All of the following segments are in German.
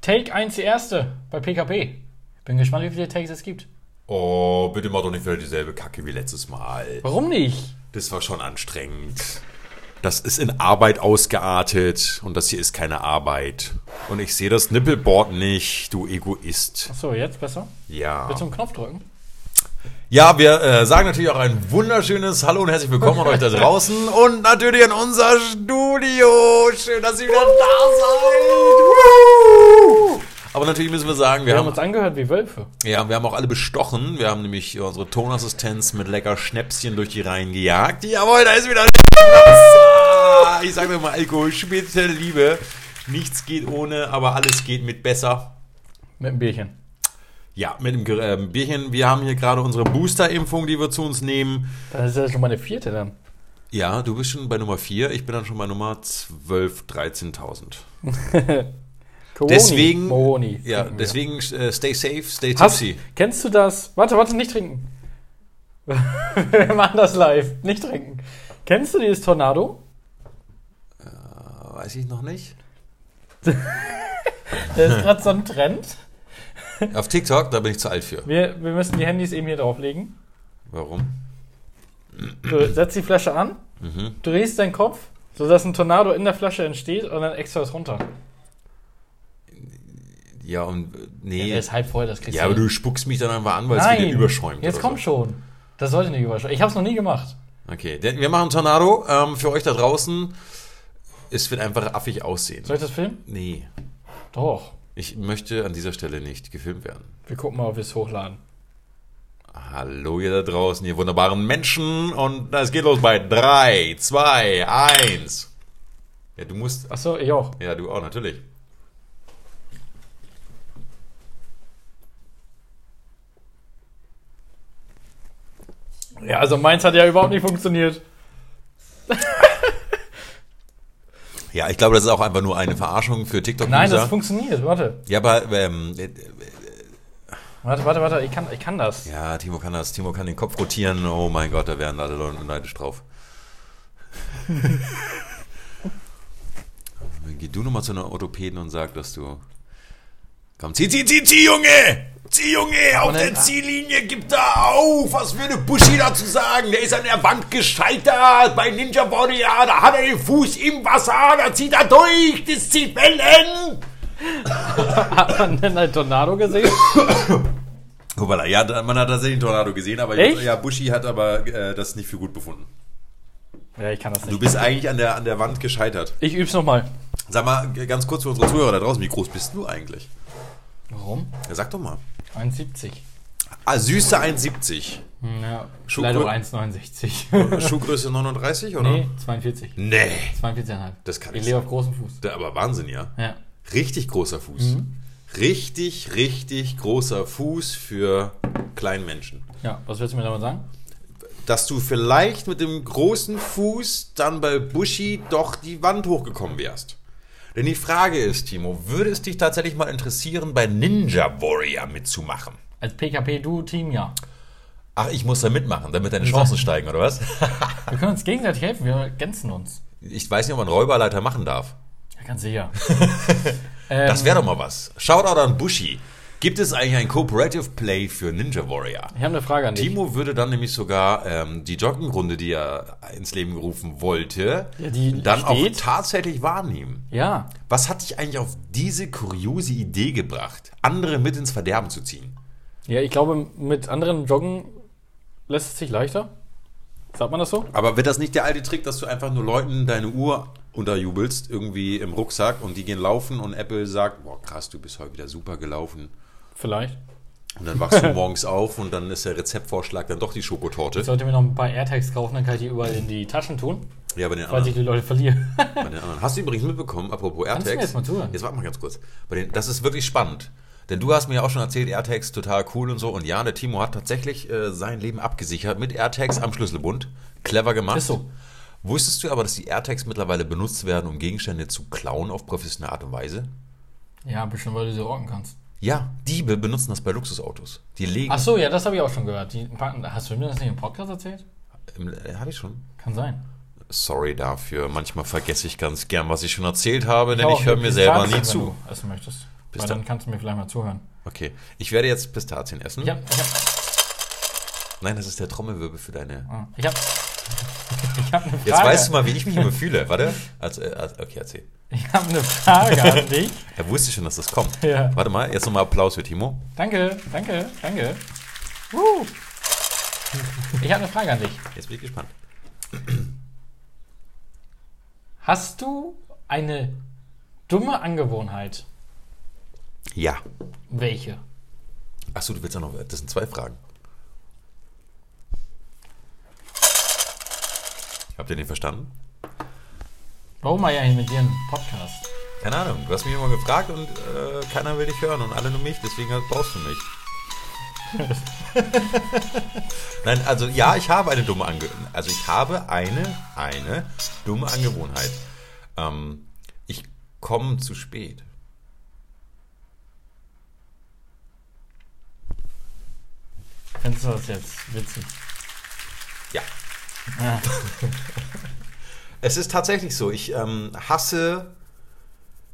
Take 1 die erste bei PKP. Bin gespannt, wie viele Takes es gibt. Oh, bitte mach doch nicht wieder dieselbe Kacke wie letztes Mal. Warum nicht? Das war schon anstrengend. Das ist in Arbeit ausgeartet und das hier ist keine Arbeit. Und ich sehe das Nippelboard nicht, du Egoist. Achso, jetzt besser? Ja. Willst du einen Knopf drücken? Ja, wir äh, sagen natürlich auch ein wunderschönes Hallo und herzlich willkommen an euch da draußen und natürlich in unser Studio. Schön, dass ihr wieder da seid. Woo! Aber natürlich müssen wir sagen, wir Wir haben haben, uns angehört wie Wölfe. ja, wir haben auch alle bestochen. Wir haben nämlich unsere Tonassistenz mit lecker Schnäpschen durch die Reihen gejagt. Jawohl, da ist wieder Wasser. Ich sage mal, Alkohol, Spitze, Liebe. Nichts geht ohne, aber alles geht mit besser. Mit einem Bierchen. Ja, mit dem Ger- ähm, Bierchen. Wir haben hier gerade unsere Booster-Impfung, die wir zu uns nehmen. Das ist ja schon mal eine vierte dann. Ja, du bist schon bei Nummer 4, ich bin dann schon bei Nummer 12, 13.000. Coroni. Deswegen, Moroni. ja, trinken wir. deswegen äh, stay safe, stay Hast, tipsy. kennst du das? Warte, warte, nicht trinken. Wir machen das live. Nicht trinken. Kennst du dieses Tornado? Weiß ich noch nicht. Da ist gerade so ein Trend. Auf TikTok, da bin ich zu alt für. Wir, wir müssen die Handys eben hier drauflegen. Warum? Mhm. Du setzt die Flasche an, drehst deinen Kopf, sodass ein Tornado in der Flasche entsteht und dann extra es runter. Ja, und äh, nee. Der Ja, ist halb voll, das kriegst aber hin. du spuckst mich dann einfach an, weil es Nein, wieder überschäumt. jetzt oder komm schon. Das sollte nicht überschäumen. Ich hab's noch nie gemacht. So. Okay, denn wir machen Tornado ähm, für euch da draußen. Es wird einfach affig aussehen. Soll ich das filmen? Nee, Doch. ich möchte an dieser Stelle nicht gefilmt werden. Wir gucken mal, ob wir es hochladen. Hallo ihr da draußen, ihr wunderbaren Menschen. Und es geht los bei 3, 2, 1. Ja, du musst. Achso, ich auch. Ja, du auch, natürlich. Ja, also meins hat ja überhaupt nicht funktioniert. Ja, ich glaube, das ist auch einfach nur eine Verarschung für TikTok-User. Nein, das funktioniert. Warte. Ja, aber, ähm, äh, Warte, warte, warte. Ich kann, ich kann das. ja, Timo kann das. Timo kann den Kopf rotieren. Oh mein Gott, da wären alle Leute neidisch drauf. Geh du nochmal zu einer Orthopäden und sag, dass du. Komm, zieh, zieh, zieh, zieh, Junge! Zieh, Junge! Auf Und der dann- Ziellinie, gib da auf! Was würde Bushi dazu sagen? Der ist an der Wand gescheitert bei Ninja Warrior. Da hat er den Fuß im Wasser, da zieht er durch, das zieht Wellen! Hat man denn ein Tornado gesehen? Hubala, ja, da- man hat tatsächlich einen Tornado gesehen, aber Echt? ja, Bushi hat aber äh, das nicht für gut befunden. Ja, ich kann das Du nicht. bist eigentlich an der, an der Wand gescheitert. Ich üb's nochmal. Sag mal g- ganz kurz für unsere Zuhörer da draußen, wie groß bist du eigentlich? Warum? Ja, sag doch mal. 1,70. Ah, süße 1,70. Ja, Schuh- leider 1,69. Schuhgröße 39, oder? nee, Nee. 42. nee. 42,5. Das kann ich nicht lebe sein. auf großem Fuß. Da, aber Wahnsinn, ja. Ja. Richtig großer Fuß. Richtig, richtig großer Fuß für kleinen Menschen. ja, was willst du mir damit sagen? Dass du vielleicht mit dem großen Fuß dann bei Bushi doch die Wand hochgekommen wärst. Denn die Frage ist, Timo, würde es dich tatsächlich mal interessieren, bei Ninja Warrior mitzumachen? Als PKP-Du-Team, ja. Ach, ich muss da mitmachen, damit deine Chancen steigen, oder was? Wir können uns gegenseitig helfen, wir ergänzen uns. Ich weiß nicht, ob man Räuberleiter machen darf. Ja, ganz sicher. Ähm, Das wäre doch mal was. Shoutout an Bushi. Gibt es eigentlich ein Cooperative Play für Ninja Warrior? Ich habe eine Frage an dich. Timo würde dann nämlich sogar ähm, die Joggenrunde, die er ins Leben gerufen wollte, Ja, die dann steht. auch tatsächlich wahrnehmen. Ja, Was hat dich eigentlich auf diese kuriose Idee gebracht, andere mit ins Verderben zu ziehen? ja, ich glaube, mit anderen Joggen lässt es sich leichter. Sagt man das so? Aber wird das nicht der alte Trick, dass du einfach nur Leuten deine Uhr unterjubelst, irgendwie im Rucksack und die gehen laufen und Apple sagt, boah krass, du bist heute wieder super gelaufen. Vielleicht. Und dann wachst du morgens auf und dann ist der Rezeptvorschlag dann doch die Schokotorte. Ich sollte mir noch ein paar AirTags kaufen, dann kann ich die überall in die Taschen tun, Ja, bei den falls ich anderen, die Leute verliere. bei den anderen. Hast du übrigens mitbekommen, apropos du mir AirTags. jetzt mal zuhören? jetzt warte mal ganz kurz. Bei den, das ist wirklich spannend. Denn du hast mir ja auch schon erzählt, AirTags total cool und so. Und ja, der Timo hat tatsächlich äh, sein Leben abgesichert mit AirTags am Schlüsselbund. Clever gemacht. Ist so. Wusstest du aber, dass die AirTags mittlerweile benutzt werden, um Gegenstände zu klauen auf professionelle Art und Weise? Ja, bestimmt, weil du sie rocken kannst. Ja, Diebe benutzen das bei Luxusautos. Die legen. Ach so, ja, das habe ich auch schon gehört. Die packen, hast du mir das nicht im Podcast erzählt? im- äh, Hab ich schon. Kann sein. Sorry dafür. Manchmal vergesse ich ganz gern, was ich schon erzähli habe, denn hab ich höre auch mir selber Fragen, nie wenn zu. Hm? du Essen möchtest. Weil Pista dann kannst du mir vielleicht mal zuhören. okay. Ich werde jetzt Pistazien essen. Ich hab, ich hab, Nein, das ist der Trommelwirbel für deine. ah, ich hab, ich hab eine Frage. Jetzt weißt du mal, wie ich mich immer fühle. Warte. Also, äh, also, okay, erzähl. Ich hab eine Frage an dich. Er wusste schon, dass das kommt. Ja. Warte mal, jetzt nochmal Applaus für Timo. Danke, danke, danke. Uh. Ich habe eine Frage an dich. Jetzt bin ich gespannt. Hast du eine dumme Angewohnheit? Ja. Welche? Achso, du willst ja noch. Das sind zwei Fragen. Habt ihr den verstanden? Warum war ja hier mit dir ein Podcast? Keine Ahnung. Du hast mich immer gefragt und äh, keiner will dich hören und alle nur mich. Deswegen brauchst du mich. Nein, also ja, ich habe eine dumme Angewohnheit. Also ich habe eine, eine dumme Angewohnheit. Ähm, ich komme zu spät. Findest du das jetzt witzig? Ja. Ah, Es ist tatsächlich so. Ich ähm, hasse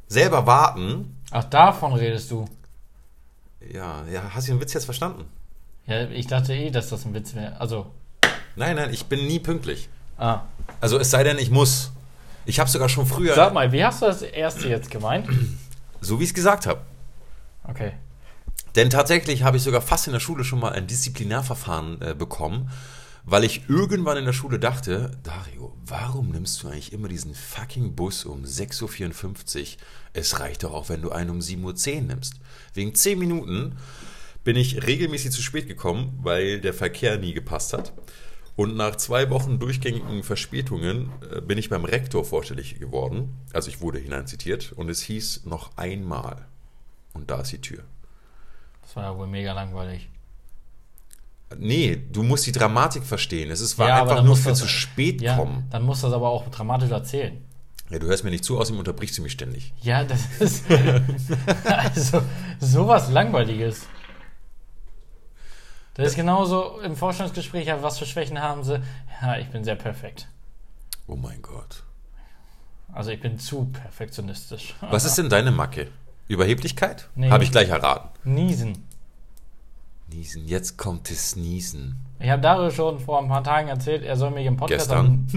selber warten. Ach, davon redest du. Ja, ja, hast du den Witz jetzt verstanden? Ja, ich dachte eh, dass das ein Witz wäre. Also, Nein, nein, ich bin nie pünktlich. ah. Also es sei denn, ich muss. Ich habe sogar schon früher, Sag mal, wie hast du das erste jetzt gemeint? so wie ich es gesagt habe. Okay. Denn tatsächlich habe ich sogar fast in der Schule schon mal ein Disziplinarverfahren äh, bekommen, weil ich irgendwann in der Schule dachte, Dario, warum nimmst du eigentlich immer diesen fucking Bus um 6.54 Uhr? Es reicht doch auch, wenn du einen um 7.10 Uhr nimmst. Wegen 10 Minuten bin ich regelmäßig zu spät gekommen, weil der Verkehr nie gepasst hat. Und nach zwei Wochen durchgängigen Verspätungen äh, bin ich beim Rektor vorstellig geworden. Also ich wurde hineinzitiert und es hieß noch einmal. Und da ist die Tür. Das war ja wohl mega langweilig. Nee, du musst die Dramatik verstehen. Es ist, war Ja, aber einfach dann nur muss für das- zu spät Ja, kommen. dann musst du das aber auch dramatisch erzählen. Ja, du hörst mir nicht zu, außerdem unterbrichst du mich ständig. Ja, das ist. also, sowas Langweiliges. Das ist genauso im Vorstellungsgespräch, ja, was für Schwächen haben sie? Ja, ich bin sehr perfekt. Oh mein Gott. Also, ich bin zu perfektionistisch. Was ist denn deine Macke? Überheblichkeit? Nee. Habe ich gleich erraten. Niesen. Niesen, jetzt kommt das Niesen. Ich habe Dario schon vor ein paar Tagen erzählt, er soll mich im Podcast. Gestern.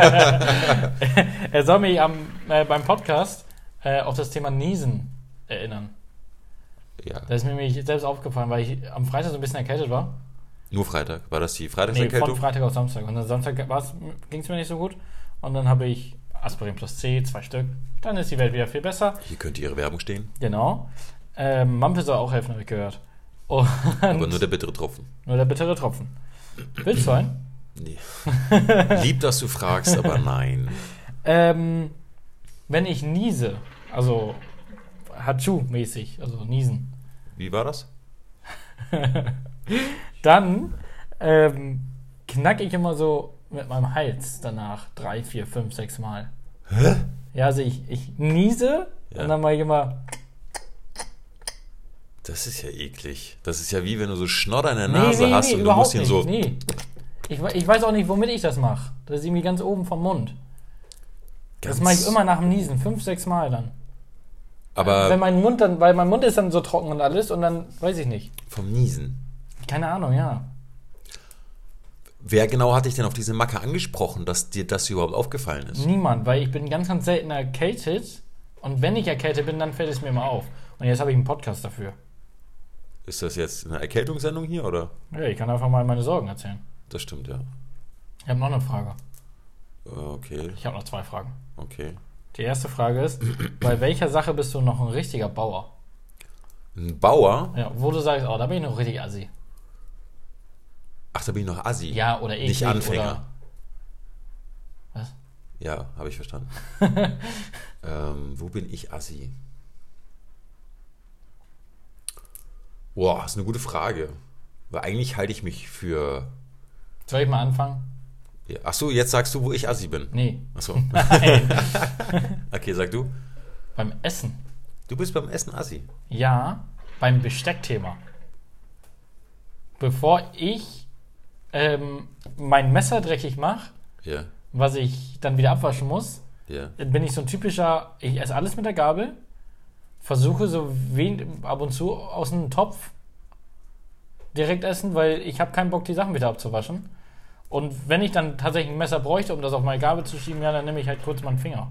Am, er soll mich am, äh, beim Podcast äh, auf das Thema Niesen erinnern. Ja. Das ist mir nämlich selbst aufgefallen, weil ich am Freitag so ein bisschen erkältet war. Nur Freitag. War das die Nee, von Freitagserkältung? Freitag auf Samstag. Und dann Samstag ging es mir nicht so gut. Und dann habe ich Aspirin plus C, zwei Stück. Dann ist die Welt wieder viel besser. Hier könnte ihre Werbung stehen, Genau. Ähm, Mampe soll auch helfen, habe ich gehört. Und aber nur der bittere Tropfen. nur der bittere Tropfen. Willst du einen? Nee. Lieb, dass du fragst, aber nein. Ähm, wenn ich niese, also Hatschu-mäßig, also niesen, Wie war das? dann ähm, knack ich immer so mit meinem Hals danach drei, vier, fünf, sechs Mal. Hä? Ja, also ich, ich niese Ja. und dann mache ich immer. Das ist ja eklig. Das ist ja wie wenn du so Schnodder in der Nase hast und du überhaupt musst ihn nicht. so. Nee. Ich, we- ich weiß auch nicht, womit ich das mache. Das ist irgendwie ganz oben vom Mund. Das ganz- mache ich immer Also nach dem Niesen, fünf, sechs Mal dann. Aber Wenn mein Mund dann, weil mein Mund ist dann so trocken und alles und dann weiß ich nicht. vom Niesen. Keine Ahnung, ja. Wer genau hat dich denn auf diese Macke angesprochen, dass dir das überhaupt aufgefallen ist? Niemand, weil ich bin ganz, ganz selten erkältet und wenn ich erkältet bin, dann fällt es mir immer auf. Und jetzt habe ich einen Podcast dafür. Ist das jetzt eine Erkältungssendung hier oder? Ja, ich kann einfach mal meine Sorgen erzählen. Das stimmt ja. Ich habe noch eine Frage. Äh, Okay, Ich habe noch zwei Fragen. okay. Die erste Frage ist, bei welcher Sache bist du noch ein richtiger Bauer? Ein Bauer? Ja, wo du sagst, oh, da bin ich noch richtig assi. Ach, da bin ich noch Assi. Ja, oder eklig. Nicht Anfänger. Oder, was? Ja, habe ich verstanden. ähm, wo bin ich Assi? Boah, ist eine gute Frage. Weil eigentlich halte ich mich für. Soll ich mal anfangen? Ja, Ach so, jetzt sagst du, wo ich Assi bin. Nee, Ach so. okay, sag du. beim Essen. Du bist beim Essen Assi. Ja, beim Besteckthema. Bevor ich ähm, mein Messer dreckig mache, Ja, was ich dann wieder abwaschen muss, ja. bin ich so ein typischer, ich esse alles mit der Gabel versuche so wen, ab und zu aus einem Topf direkt essen, weil ich habe keinen Bock, die Sachen wieder abzuwaschen. Und wenn ich dann tatsächlich ein Messer bräuchte, um das auf meine Gabel zu schieben, ja, dann nehme ich halt kurz meinen Finger.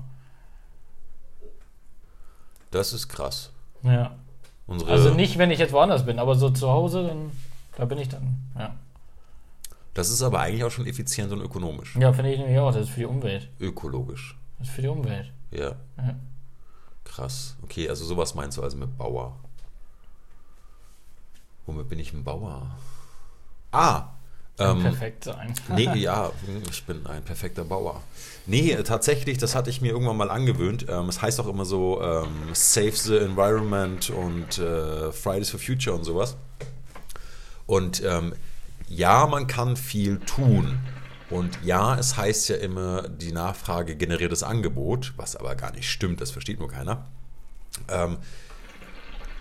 Das ist krass. Ja. Unsere, Also nicht, wenn ich jetzt woanders bin, aber so zu Hause, dann, da bin ich dann. Ja, das ist aber eigentlich auch schon effizient und ökonomisch. ja finde ich nämlich auch. Das ist für die Umwelt. Ökologisch. Das ist für die Umwelt. Ja. Ja. Krass. Okay, also sowas meinst du also mit Bauer. Womit bin ich ein Bauer? Ah! Ähm, Perfekt sein. nee, ja, ich bin ein perfekter Bauer. Nee, äh, tatsächlich, das hatte ich mir irgendwann mal angewöhnt. Ähm, es heißt auch immer so ähm, Save the Environment und äh, Fridays for Future und sowas. Und ähm, ja, man kann viel tun. Und ja, es heißt ja immer, die Nachfrage generiert das Angebot, was aber gar nicht stimmt, das versteht nur keiner. Ähm,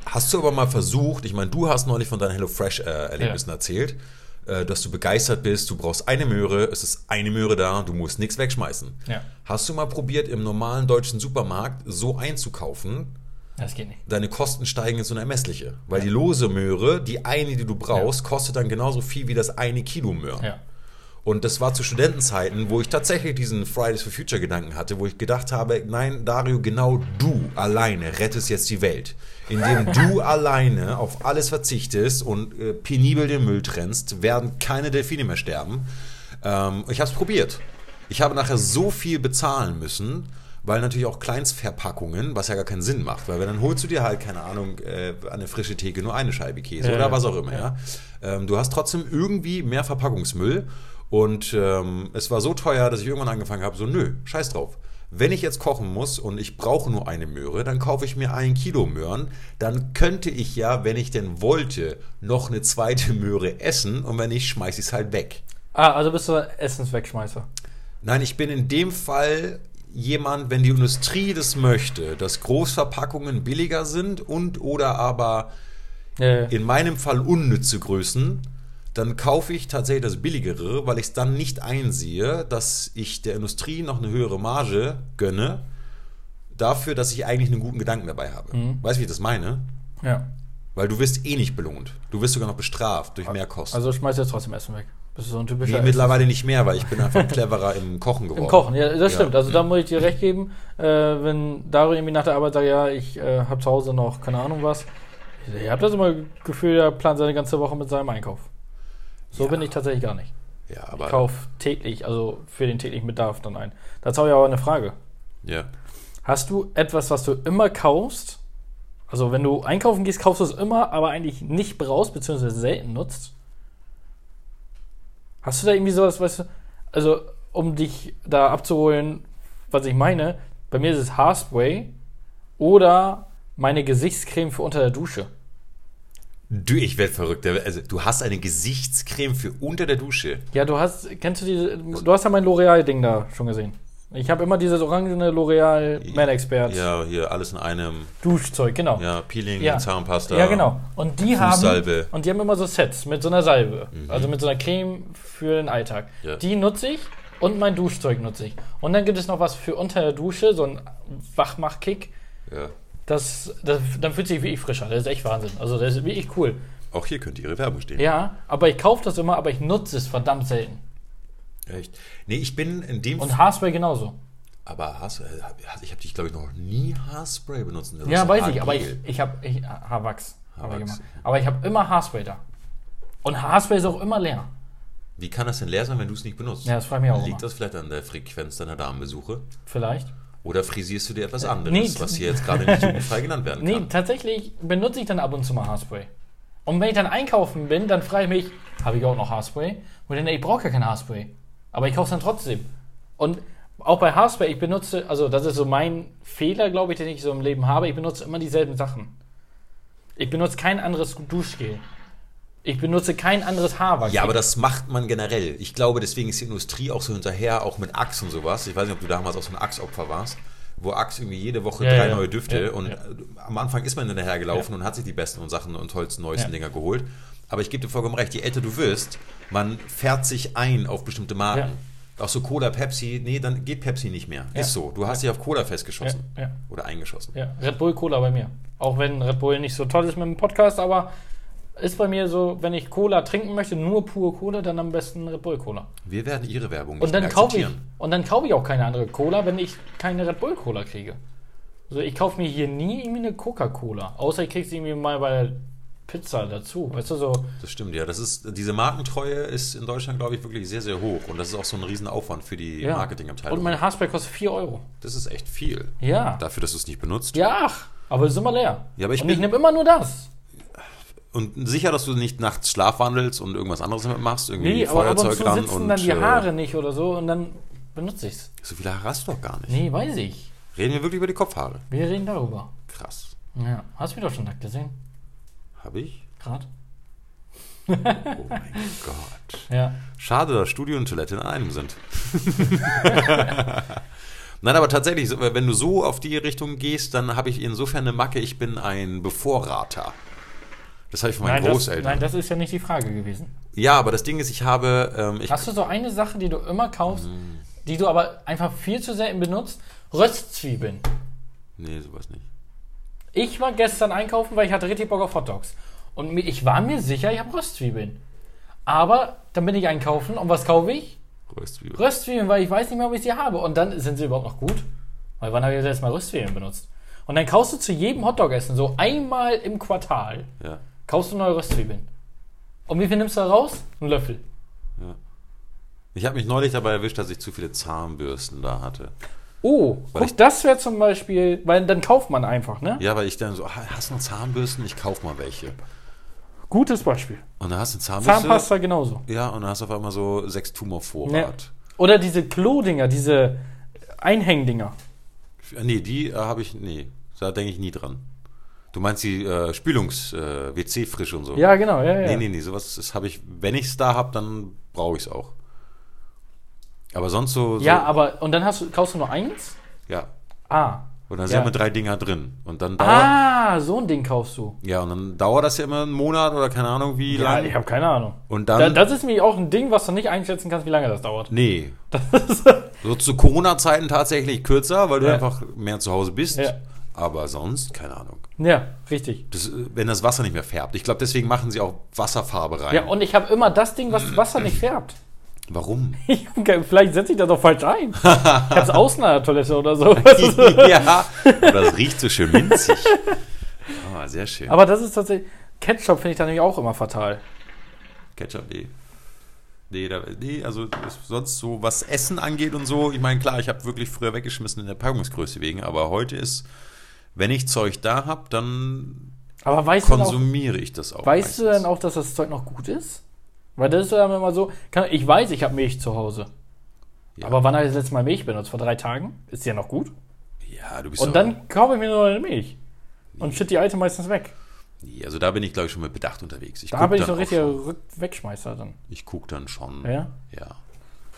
hast du aber mal versucht, ich meine, du hast neulich von deinen HelloFresh-Erlebnissen erzählt, äh, dass du begeistert bist, du brauchst eine Möhre, es ist eine Möhre da, du musst nichts wegschmeißen. Ja. Hast du mal probiert, im normalen deutschen Supermarkt so einzukaufen, Das geht nicht. deine Kosten steigen ins Unermessliche. Weil die lose Möhre, die eine, die du brauchst, kostet dann genauso viel wie das eine Kilo Möhre. Ja. Und das war zu Studentenzeiten, wo ich tatsächlich diesen Fridays for Future Gedanken hatte, wo ich gedacht habe, nein, Dario, genau du alleine rettest jetzt die Welt. Indem du alleine auf alles verzichtest und äh, penibel den Müll trennst, werden keine Delfine mehr sterben. Ähm, ich habe es probiert. Ich habe nachher so viel bezahlen müssen, weil natürlich auch Kleinstverpackungen, was ja gar keinen Sinn macht, weil dann holst du dir halt, keine Ahnung, äh, an der frische Theke nur eine Scheibe Käse Ja, oder ja. was auch immer. Ja. Ähm, du hast trotzdem irgendwie mehr Verpackungsmüll und ähm, es war so teuer, dass ich irgendwann angefangen habe, so nö, scheiß drauf. Wenn ich jetzt kochen muss und ich brauche nur eine Möhre, dann kaufe ich mir ein Kilo Möhren. Dann könnte ich ja, wenn ich denn wollte, noch eine zweite Möhre essen und wenn nicht, schmeiß ich es halt weg. Ah, also bist du Essenswegschmeißer. Nein, ich bin in dem Fall jemand, wenn die Industrie das möchte, dass Großverpackungen billiger sind und oder aber Ja, ja. in meinem Fall unnütze Größen, dann kaufe ich tatsächlich das billigere, weil ich es dann nicht einsehe, dass ich der Industrie noch eine höhere Marge gönne, dafür, dass ich eigentlich einen guten Gedanken dabei habe. Mhm. Weißt du, wie ich das meine? ja. Weil du wirst eh nicht belohnt. Du wirst sogar noch bestraft durch mehr Kosten. Also schmeißt jetzt trotzdem Essen weg. Bist du so ein typischer nee, mittlerweile nicht mehr, weil ich bin einfach cleverer im Kochen geworden. Im Kochen, ja, das stimmt. Also da muss ich dir recht geben, äh, wenn Dario irgendwie nach der Arbeit sagt, ja, ich äh, habe zu Hause noch keine Ahnung was. Ich sag, Ihr habt das immer Gefühl, er plant seine ganze Woche mit seinem Einkauf. So bin ich tatsächlich gar nicht. Ja, Ich aber kaufe täglich, also für den täglichen Bedarf dann ein. Dazu habe ich aber eine Frage. ja. Hast du etwas, was du immer kaufst? Also wenn du einkaufen gehst, kaufst du es immer, aber eigentlich nicht brauchst, beziehungsweise selten nutzt? Hast du da irgendwie sowas, weißt du, also um dich da abzuholen, was ich meine, bei mir ist es Haarspray oder meine Gesichtscreme für unter der Dusche. Du, ich werde verrückt. Also, du hast eine Gesichtscreme für unter der Dusche. Ja, du hast, kennst du diese, du hast ja mein L'Oreal-Ding da schon gesehen. Ich habe immer dieses orangene L'Oreal Man Expert Ja, hier alles in einem. Duschzeug, genau. Ja, Peeling, Ja. Zahnpasta. Ja, genau. Und die haben Fußsalbe. Mhm. und die haben immer so Sets mit so einer Salbe, also mit so einer Creme für den Alltag. Ja. Die nutze ich und mein Duschzeug nutze ich. Und dann gibt es noch was für unter der Dusche, so ein Wachmachkick. Ja. Das, das, dann fühlt sich wirklich frischer. Das ist echt Wahnsinn. Also das ist wirklich cool. Auch hier könnte ihre Werbung stehen. Ja, aber ich kaufe das immer, aber ich nutze es verdammt selten. Echt? Nee, ich bin in dem. Und Haarspray genauso. aber Haarspray, ich habe dich, glaube ich, noch nie Haarspray benutzt. Das Ja, ist weiß Haargel. ich, aber ich, ich habe ich, Haarwachs. Hab ich Haarwachs, gemacht. ja. aber ich habe immer Haarspray da. Und Haarspray ist auch immer leer. Wie kann das denn leer sein, wenn du es nicht benutzt? Ja, das frage ich mich auch Liegt immer. das vielleicht an der Frequenz deiner Damenbesuche? Vielleicht. Oder frisierst du dir etwas anderes, Äh, nee. was hier jetzt gerade nicht jugendfrei genannt werden Nee, kann? tatsächlich benutze ich dann ab und zu mal Haarspray. Und wenn ich dann einkaufen bin, dann frage ich mich, habe ich auch noch Haarspray? Und dann, ich brauche ja kein Haarspray. Aber ich kaufe es dann trotzdem. Und auch bei Haarspray, ich benutze, also das ist so mein Fehler, glaube ich, den ich so im Leben habe. Ich benutze immer dieselben Sachen. Ich benutze kein anderes Duschgel. Ich benutze kein anderes Haarwachs. Ja, aber das macht man generell. Ich glaube, deswegen ist die Industrie auch so hinterher, auch mit Axe und sowas. Ich weiß nicht, ob du damals auch so ein Axe-Opfer warst, wo Axe irgendwie jede Woche Ja, drei ja, neue Düfte ja, und ja. äh, am Anfang ist man hinterhergelaufen und hat sich die besten und Sachen und tollsten, neuesten Ja. Dinger geholt. Aber ich gebe dir vollkommen recht, je älter du wirst, man fährt sich ein auf bestimmte Marken. Ja. Auch so Cola, Pepsi, nee, dann geht Pepsi nicht mehr. Ja. Ist so. Du hast dich auf Cola festgeschossen. Ja, ja. Oder eingeschossen. Ja, Red Bull Cola bei mir. Auch wenn Red Bull nicht so toll ist mit dem Podcast, aber ist bei mir so, wenn ich Cola trinken möchte, nur pure Cola, dann am besten Red Bull Cola. Wir werden ihre Werbung nicht Und dann mehr kaufe ich akzeptieren. und dann kaufe ich auch keine andere Cola, wenn ich keine Red Bull Cola kriege. Also ich kaufe mir hier nie irgendwie eine Coca-Cola, außer ich kriege sie irgendwie mal bei der Pizza dazu. Weißt du so, Das stimmt, ja. Das ist, diese Markentreue ist in Deutschland, glaube ich, wirklich sehr, sehr hoch. Und das ist auch so ein Riesenaufwand für die ja. Marketingabteilung. Und meine Haarspray kostet 4 Euro. das ist echt viel. Ja. Dafür, dass du es nicht benutzt. Ja, ach, aber es ist immer leer. Ja, aber ich und ich bin- nehme immer nur das. Und sicher, dass du nicht nachts schlafwandelst und irgendwas anderes damit machst. Irgendwie Nee, aber ab und zu ran sitzen dann die Haare nicht oder so und dann benutze ich es. Äh, so viele Haare hast du doch gar nicht. Nee, weiß ich. Reden wir wirklich über die Kopfhaare. Wir reden darüber. Krass. Ja, hast mich doch schon nackt gesehen. Hab ich? Gerade. Oh mein Gott. Ja. Schade, dass Studio und Toilette in einem sind. Nein, aber tatsächlich, so, wenn du so auf die Richtung gehst, dann habe ich insofern eine Macke, ich bin ein Bevorrater. Das habe ich von meinen nein, das, Großeltern. nein, das ist ja nicht die Frage gewesen. ja, aber das Ding ist, ich habe. Ähm, ich, Hast du so eine Sache, die du immer kaufst, die du aber einfach viel zu selten benutzt? Röstzwiebeln. nee, sowas nicht. Ich war gestern einkaufen, weil ich hatte richtig Bock auf Hotdogs. Und mi- ich war mir sicher, ich habe Röstzwiebeln. Aber dann bin ich einkaufen und was kaufe ich? Röstzwiebel. Röstzwiebeln, weil ich weiß nicht mehr, ob ich sie habe. Und dann sind sie überhaupt noch gut. Weil wann habe ich das letzte Mal Röstzwiebeln benutzt? Und dann kaufst du zu jedem Hotdog-Essen, so einmal im Quartal, ja. kaufst du neue Röstzwiebeln. Und wie viel nimmst du da raus? Einen Löffel. Ich habe mich neulich dabei erwischt, dass ich zu viele Zahnbürsten da hatte. Oh, Weil guck, ich- das wäre zum Beispiel, weil dann kauft man einfach, ne? Ja, weil ich dann so, ah, hast du noch Zahnbürsten? Ich kauf mal welche. Gutes Beispiel. Und dann hast du Zahnbürste. Zahnpasta genauso. Ja, und dann hast du auf einmal so sechs Tumorvorrat. Oder diese Klodinger, diese Einhängdinger. Nee, nee die äh, habe ich, nee, da denke ich nie dran. Du meinst die äh, Spülungs-WC-Frisch und so? Ja, genau, ja, ja. Nee, nee, nee, sowas das habe ich, wenn ich es da habe, dann brauche ich es auch. Aber sonst so. so Ja, aber, und dann hast du, kaufst du nur eins? ja. Ah. Und dann sind Ja. immer drei Dinger drin. Und dann dauert, Ah, so ein Ding kaufst du. ja, und dann dauert das ja immer einen Monat oder keine Ahnung wie Also- Ja, lang. ich habe keine Ahnung. Und Da, dann. das ist nämlich auch ein Ding, was du nicht einschätzen kannst, wie lange das dauert. nee. Das ist, So zu Corona-Zeiten tatsächlich kürzer, weil du Ja. einfach mehr zu Hause bist. Ja. Aber sonst, keine Ahnung. ja, richtig. Das, äh, wenn das Wasser nicht mehr färbt. Ich glaube, deswegen machen sie auch Wasserfarbe rein. Ja, und ich habe immer das Ding, was das Wasser nicht färbt. Warum? Ich, vielleicht setze ich das doch falsch ein. Ich hab's außen an der Toilette oder so. Das ist- ja, aber das riecht so schön minzig. Ah, sehr schön. Aber das ist tatsächlich. Ketchup finde ich dann nämlich auch immer fatal. Ketchup, nee. Nee, da, nee, also das- sonst so, was Essen angeht und so. Ich meine, klar, ich habe wirklich früher weggeschmissen in der Packungsgröße wegen, aber heute ist, wenn ich Zeug da habe, dann Aber weißt du, dann auch, konsumiere ich das auch. weißt du meistens. dann auch, dass das Zeug noch gut ist? Weil das ist dann immer so. Kann, ich weiß, ich habe Milch zu Hause. Ja. Aber wann habe ich das letzte Mal Milch benutzt? Vor drei Tagen? Ist die ja noch gut? Ja, du bist Und doch- dann kaufe ich mir nur eine Milch. Und shit die alte meistens weg. Nee, also da bin ich, glaube ich, schon mit Bedacht unterwegs. Da guck bin ich dann so auch richtiger schon. Rück- Wegschmeißer dann. Ich gucke dann schon. Ja? Ja.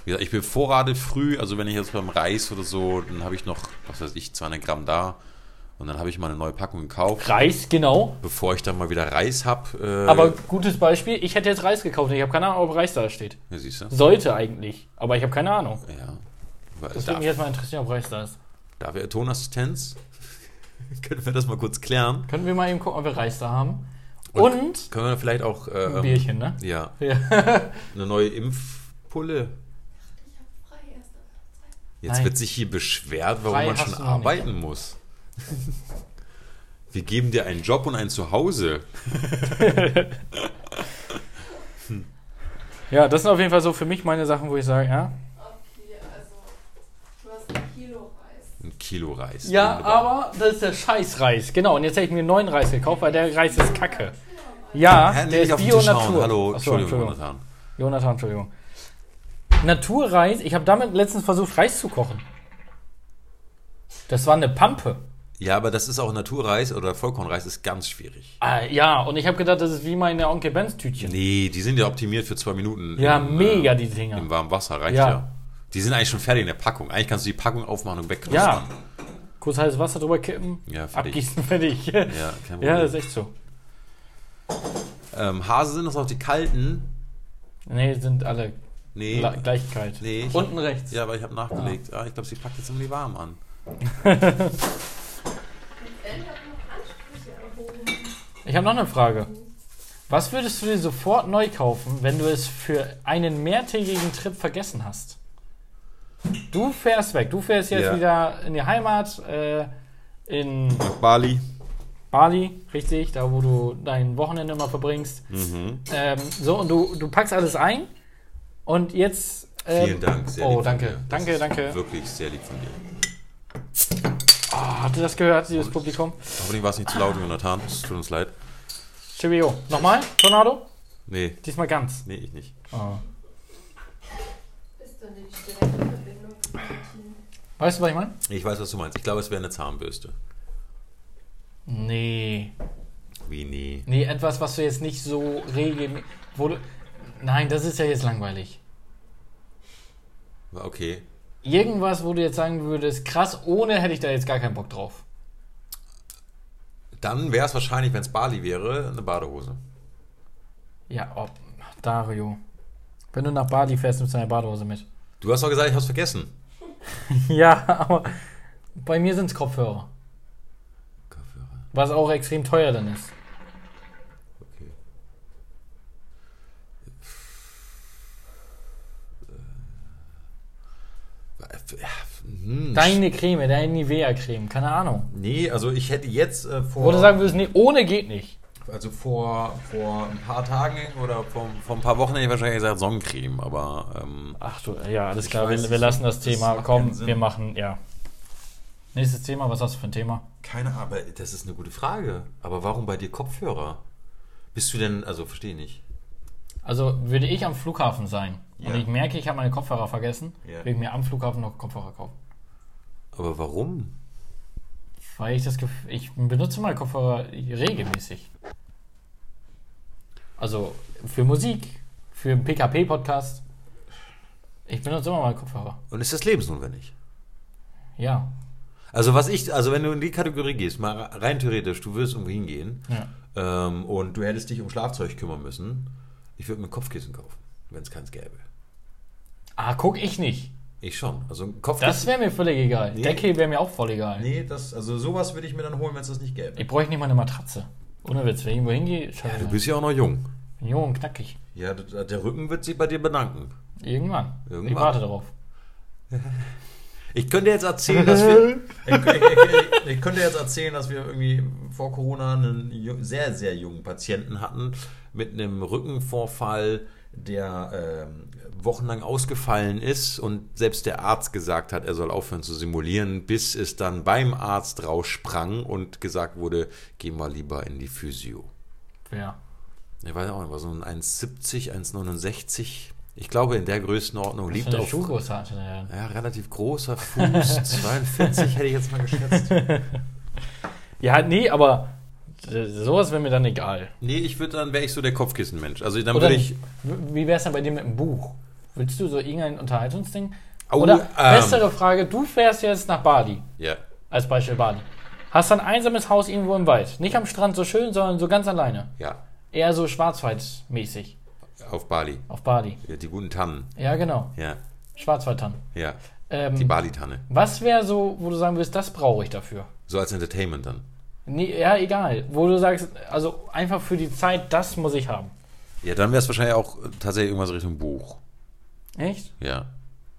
Wie gesagt, ich bevorrate früh, also wenn ich jetzt beim Reis oder so, dann habe ich noch, was weiß ich, 200 Gramm da und dann habe ich mal eine neue Packung gekauft. Reis, genau. Bevor ich dann mal wieder Reis habe, äh, Aber gutes Beispiel, ich hätte jetzt Reis gekauft und ich habe keine Ahnung, ob Reis da steht. ja, siehst du? Sollte eigentlich, aber ich habe keine Ahnung. Ja. Das würde Darf, mich jetzt mal interessieren, ob Reis da ist. darf er Tonassistenz? Können wir das mal kurz klären? Können wir mal eben gucken, ob wir Reis da haben? Und- Und Können wir vielleicht auch äh, ein ähm, Bierchen, ne? Ja, Ja. eine neue Impfpulle. Ich habe frei erst ab zwei. Jetzt Nein. wird sich hier beschwert, warum Frei man hast schon du noch nicht. arbeiten muss. Wir geben dir einen Job und ein Zuhause. ja, das sind auf jeden Fall so für mich meine Sachen, wo ich sage, ja. Okay, also du hast ein Kilo Reis. Ein Kilo Reis. Ja, Wunderbar. aber das ist der Scheißreis. Genau, und jetzt hätte ich mir einen neuen Reis gekauft, weil der Reis ist kacke. Ja, Herr, der nicht ist auf den Tisch hauen. Bio-Natur. Hallo, Ach so, Entschuldigung, Jonathan. Jonathan, Entschuldigung. Naturreis, ich habe damit letztens versucht, Reis zu kochen. Das war eine Pampe. Ja, aber das ist auch Naturreis oder Vollkornreis ist ganz schwierig. Ah, ja, und ich habe gedacht, das ist wie meine Onkel Benz Tütchen. Nee, die sind ja optimiert für zwei Minuten. Ja, im, mega äh, die Dinger. Im warmen Wasser reicht Ja. ja. Die sind eigentlich schon fertig in der Packung. Eigentlich kannst du die Packung aufmachen und Ja. wegknuspern. Kurz heißes Wasser drüber kippen, Ja, fertig. abgießen, fertig. Ja, Ja, kein Problem. das ist echt so. ähm, Hase sind das auch die kalten. Nee, sind alle Nee. Gla- Gleichkeit. nee ich Unten rechts. Ja, aber ich habe nachgelegt. Ah, ich glaube, sie packt jetzt irgendwie warm an. Ben hat noch Ansprüche erhoben. Ich habe noch eine Frage. Was würdest du dir sofort neu kaufen, wenn du es für einen mehrtägigen Trip vergessen hast? Du fährst weg. Du fährst jetzt Ja. wieder in die Heimat, äh, in Nach Bali. Bali, richtig, da wo du dein Wochenende immer verbringst. Mhm. Ähm, so, und du, du packst alles ein und jetzt. ähm, Vielen Dank. Sehr lieb oh, von dir. danke, Das danke, ist danke. Wirklich sehr lieb von dir. Ah, habt ihr das gehört, liebes Publikum? Hoffentlich war es nicht zu laut, Jonathan. Es tut uns leid. Cheerio. Nochmal, Tornado? Nee, Diesmal ganz. nee, ich nicht. Ah. Ist dann die direkte Verbindung zum Team. Weißt du, was ich meine? Ich weiß, was du meinst. Ich glaube, es wäre eine Zahnbürste. Nee. Wie nee. Nee, etwas, was du jetzt nicht so regelmäßig. Wo du, nein, das ist ja jetzt langweilig. Okay. Irgendwas, wo du jetzt sagen würdest, krass, ohne hätte ich da jetzt gar keinen Bock drauf. Dann wäre es wahrscheinlich, wenn es Bali wäre, eine Badehose. Ja, oh, Dario. Wenn du nach Bali fährst, nimmst du deine Badehose mit. Du hast doch gesagt, ich hab's vergessen. Ja, aber bei mir sind es Kopfhörer. Kopfhörer. Was auch extrem teuer dann ist. Okay. Äh, äh, hm, Deine Creme, deine Nivea-Creme, keine Ahnung. Nee, also ich hätte jetzt äh, vor. Wo du sagen würdest, nee, ohne geht nicht. Also vor, vor ein paar Tagen oder vor, vor ein paar Wochen hätte ich wahrscheinlich gesagt Sonnencreme, aber ähm, Ach du, ja, alles Ich klar, weiß, wir, wir lassen das das Thema. macht keinen Komm, Sinn. wir machen, ja. Nächstes Thema, was hast du für ein Thema? keine Ahnung. Aber Das ist eine gute Frage. Aber warum bei dir Kopfhörer? Bist du denn, also verstehe nicht. Also würde ich am Flughafen sein Ja. und ich merke, ich habe meine Kopfhörer vergessen, Ja. würde ich mir am Flughafen noch Kopfhörer kaufen. Aber warum? Weil ich das Gefühl, ich benutze meine Kopfhörer regelmäßig. Also für Musik, für einen PKP-Podcast. Ich benutze immer meine Kopfhörer. Und ist das lebensnotwendig? Ja. Also was ich, also wenn du in die Kategorie gehst, mal rein theoretisch, du würdest irgendwo hingehen ja. ähm, und du hättest dich um Schlafzeug kümmern müssen, ich würde mir ein Kopfkissen kaufen, wenn es keins gäbe. Ah, guck ich nicht. Ich schon. Also ein Kopfkissen. Das wäre mir völlig egal. Nee. Decke wäre mir auch voll egal. nee, das, also sowas würde ich mir dann holen, wenn es das nicht gäbe. Ich bräuche nicht mal eine Matratze. Ohne Witz, wenn ich irgendwo hingehe, scheiße. Du bist ja auch noch jung. bin jung und knackig. Ja, d- der Rücken wird sich bei dir bedanken. Irgendwann. Ich Irgendwann. warte darauf. Ich könnte jetzt erzählen, dass wir. Ich, ich, ich, ich könnte jetzt erzählen, dass wir irgendwie vor Corona einen ju- sehr, sehr jungen Patienten hatten mit einem Rückenvorfall, der ähm, wochenlang ausgefallen ist und selbst der Arzt gesagt hat, er soll aufhören zu simulieren, bis es dann beim Arzt raussprang und gesagt wurde, geh mal lieber in die Physio. Ja. Ich weiß auch nicht, war so ein 1,70, 1,69. Ich glaube, in der Größenordnung Was für liegt eine auf Schuhgröße hatte der denn? Ja, relativ großer Fuß, 42 hätte ich jetzt mal geschätzt. Ja, nee, aber äh, sowas wäre mir dann egal. Nee, ich würde dann wäre ich so der Kopfkissenmensch. Also dann Oder würde nicht? ich W- Wie wäre es denn bei dir mit dem Buch? Willst du so irgendein Unterhaltungsding? Au, Oder ähm. bessere Frage, du fährst jetzt nach Bali, ja, als Beispiel Bali. Hast ein einsames Haus irgendwo im Wald. Nicht am Strand so schön, sondern so ganz alleine. ja, Eher so Schwarzwaldmäßig auf Bali. auf Bali. Ja, die guten Tannen. Ja, genau. Ja, Schwarzwaldtann. ja, die Ähm, Bali Tanne. was wäre so, wo du sagen würdest, das brauche ich dafür? So als Entertainment dann. Nee, ja, egal. Wo du sagst, also einfach für die Zeit, das muss ich haben. Ja, dann wäre es wahrscheinlich auch äh, tatsächlich irgendwas Richtung Buch. Echt? Ja.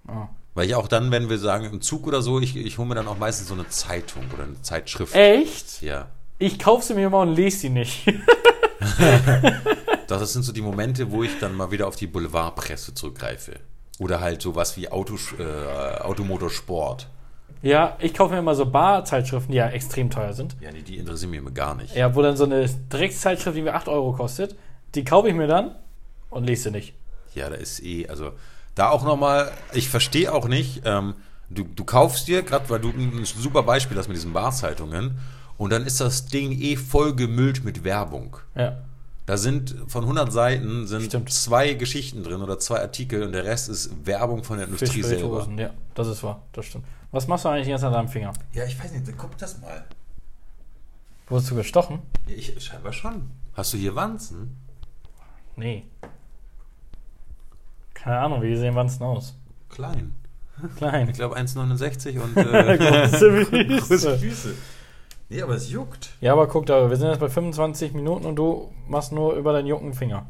Ah. Weil ich auch dann, wenn wir sagen im Zug oder so, ich, ich hole mir dann auch meistens so eine Zeitung oder eine Zeitschrift. Echt? Ja. Ich kaufe sie mir immer und lese sie nicht. Das sind so die Momente, wo ich dann mal wieder auf die Boulevardpresse zurückgreife. Oder halt sowas wie Autos, äh, Automotorsport. ja, ich kaufe mir immer so Barzeitschriften, die ja extrem teuer sind. Ja, nee, die interessieren mich immer gar nicht. Ja, wo dann so eine Dreckszeitschrift, die mir 8 Euro kostet, die kaufe ich mir dann und lese sie nicht. Ja, da ist eh, also da auch nochmal, ich verstehe auch nicht, ähm, du, du kaufst dir, gerade weil du ein super Beispiel hast mit diesen Barzeitungen, und dann ist das Ding eh vollgemüllt mit Werbung. Ja. Da sind von 100 Seiten sind Stimmt. zwei Geschichten drin oder zwei Artikel und der Rest ist Werbung von der Für Industrie selber. Spirituosen, ja, das ist wahr, das stimmt. Was machst du eigentlich ganz an deinem Finger? Ja, ich weiß nicht, dann guck das mal. Wurdest du gestochen? Ja, ich scheinbar schon. Hast du hier Wanzen? Nee. Keine Ahnung, wie sehen wann aus? Klein. Klein. Ich glaube 1,69 und Große Füße. Füße. Nee, aber es juckt. Ja, aber guck da, wir sind jetzt bei 25 Minuten und du machst nur über deinen jucken Finger.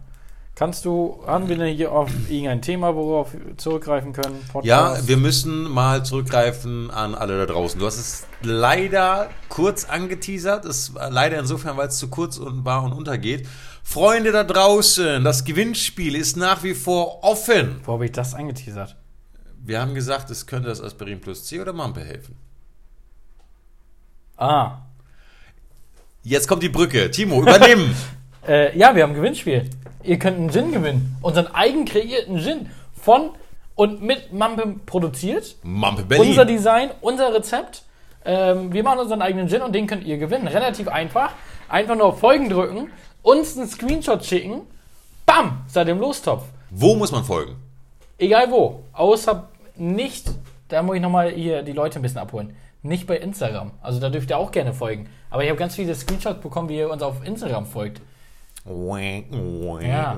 Kannst du haben wir denn hier auf irgendein Thema, worauf wir zurückgreifen können? Ja, Podcast? wir müssen mal zurückgreifen an alle da draußen. Du hast es leider kurz angeteasert. Es war leider insofern, weil es zu kurz und war und untergeht. Freunde da draußen, das Gewinnspiel ist nach wie vor offen. Wo habe ich das angeteasert? Wir haben gesagt, es könnte das Aspirin plus C oder Mampe helfen. Ah. Jetzt kommt die Brücke. Timo, übernehmen. Äh, ja, wir haben ein Gewinnspiel. Ihr könnt einen Gin gewinnen. Unseren eigen kreierten Gin. Von und mit Mampe produziert. Mampe Berlin. Unser Design, unser Rezept. Ähm, wir machen unseren eigenen Gin und den könnt ihr gewinnen. Relativ einfach. Einfach nur auf Folgen drücken, uns einen Screenshot schicken. Bam! Seid im Lostopf. Wo muss man folgen? Egal wo. Außer nicht, da muss ich nochmal hier die Leute ein bisschen abholen. Nicht bei Instagram. Also da dürft ihr auch gerne folgen. Aber ich habe ganz viele Screenshots bekommen, wie ihr uns auf Instagram folgt. Ja.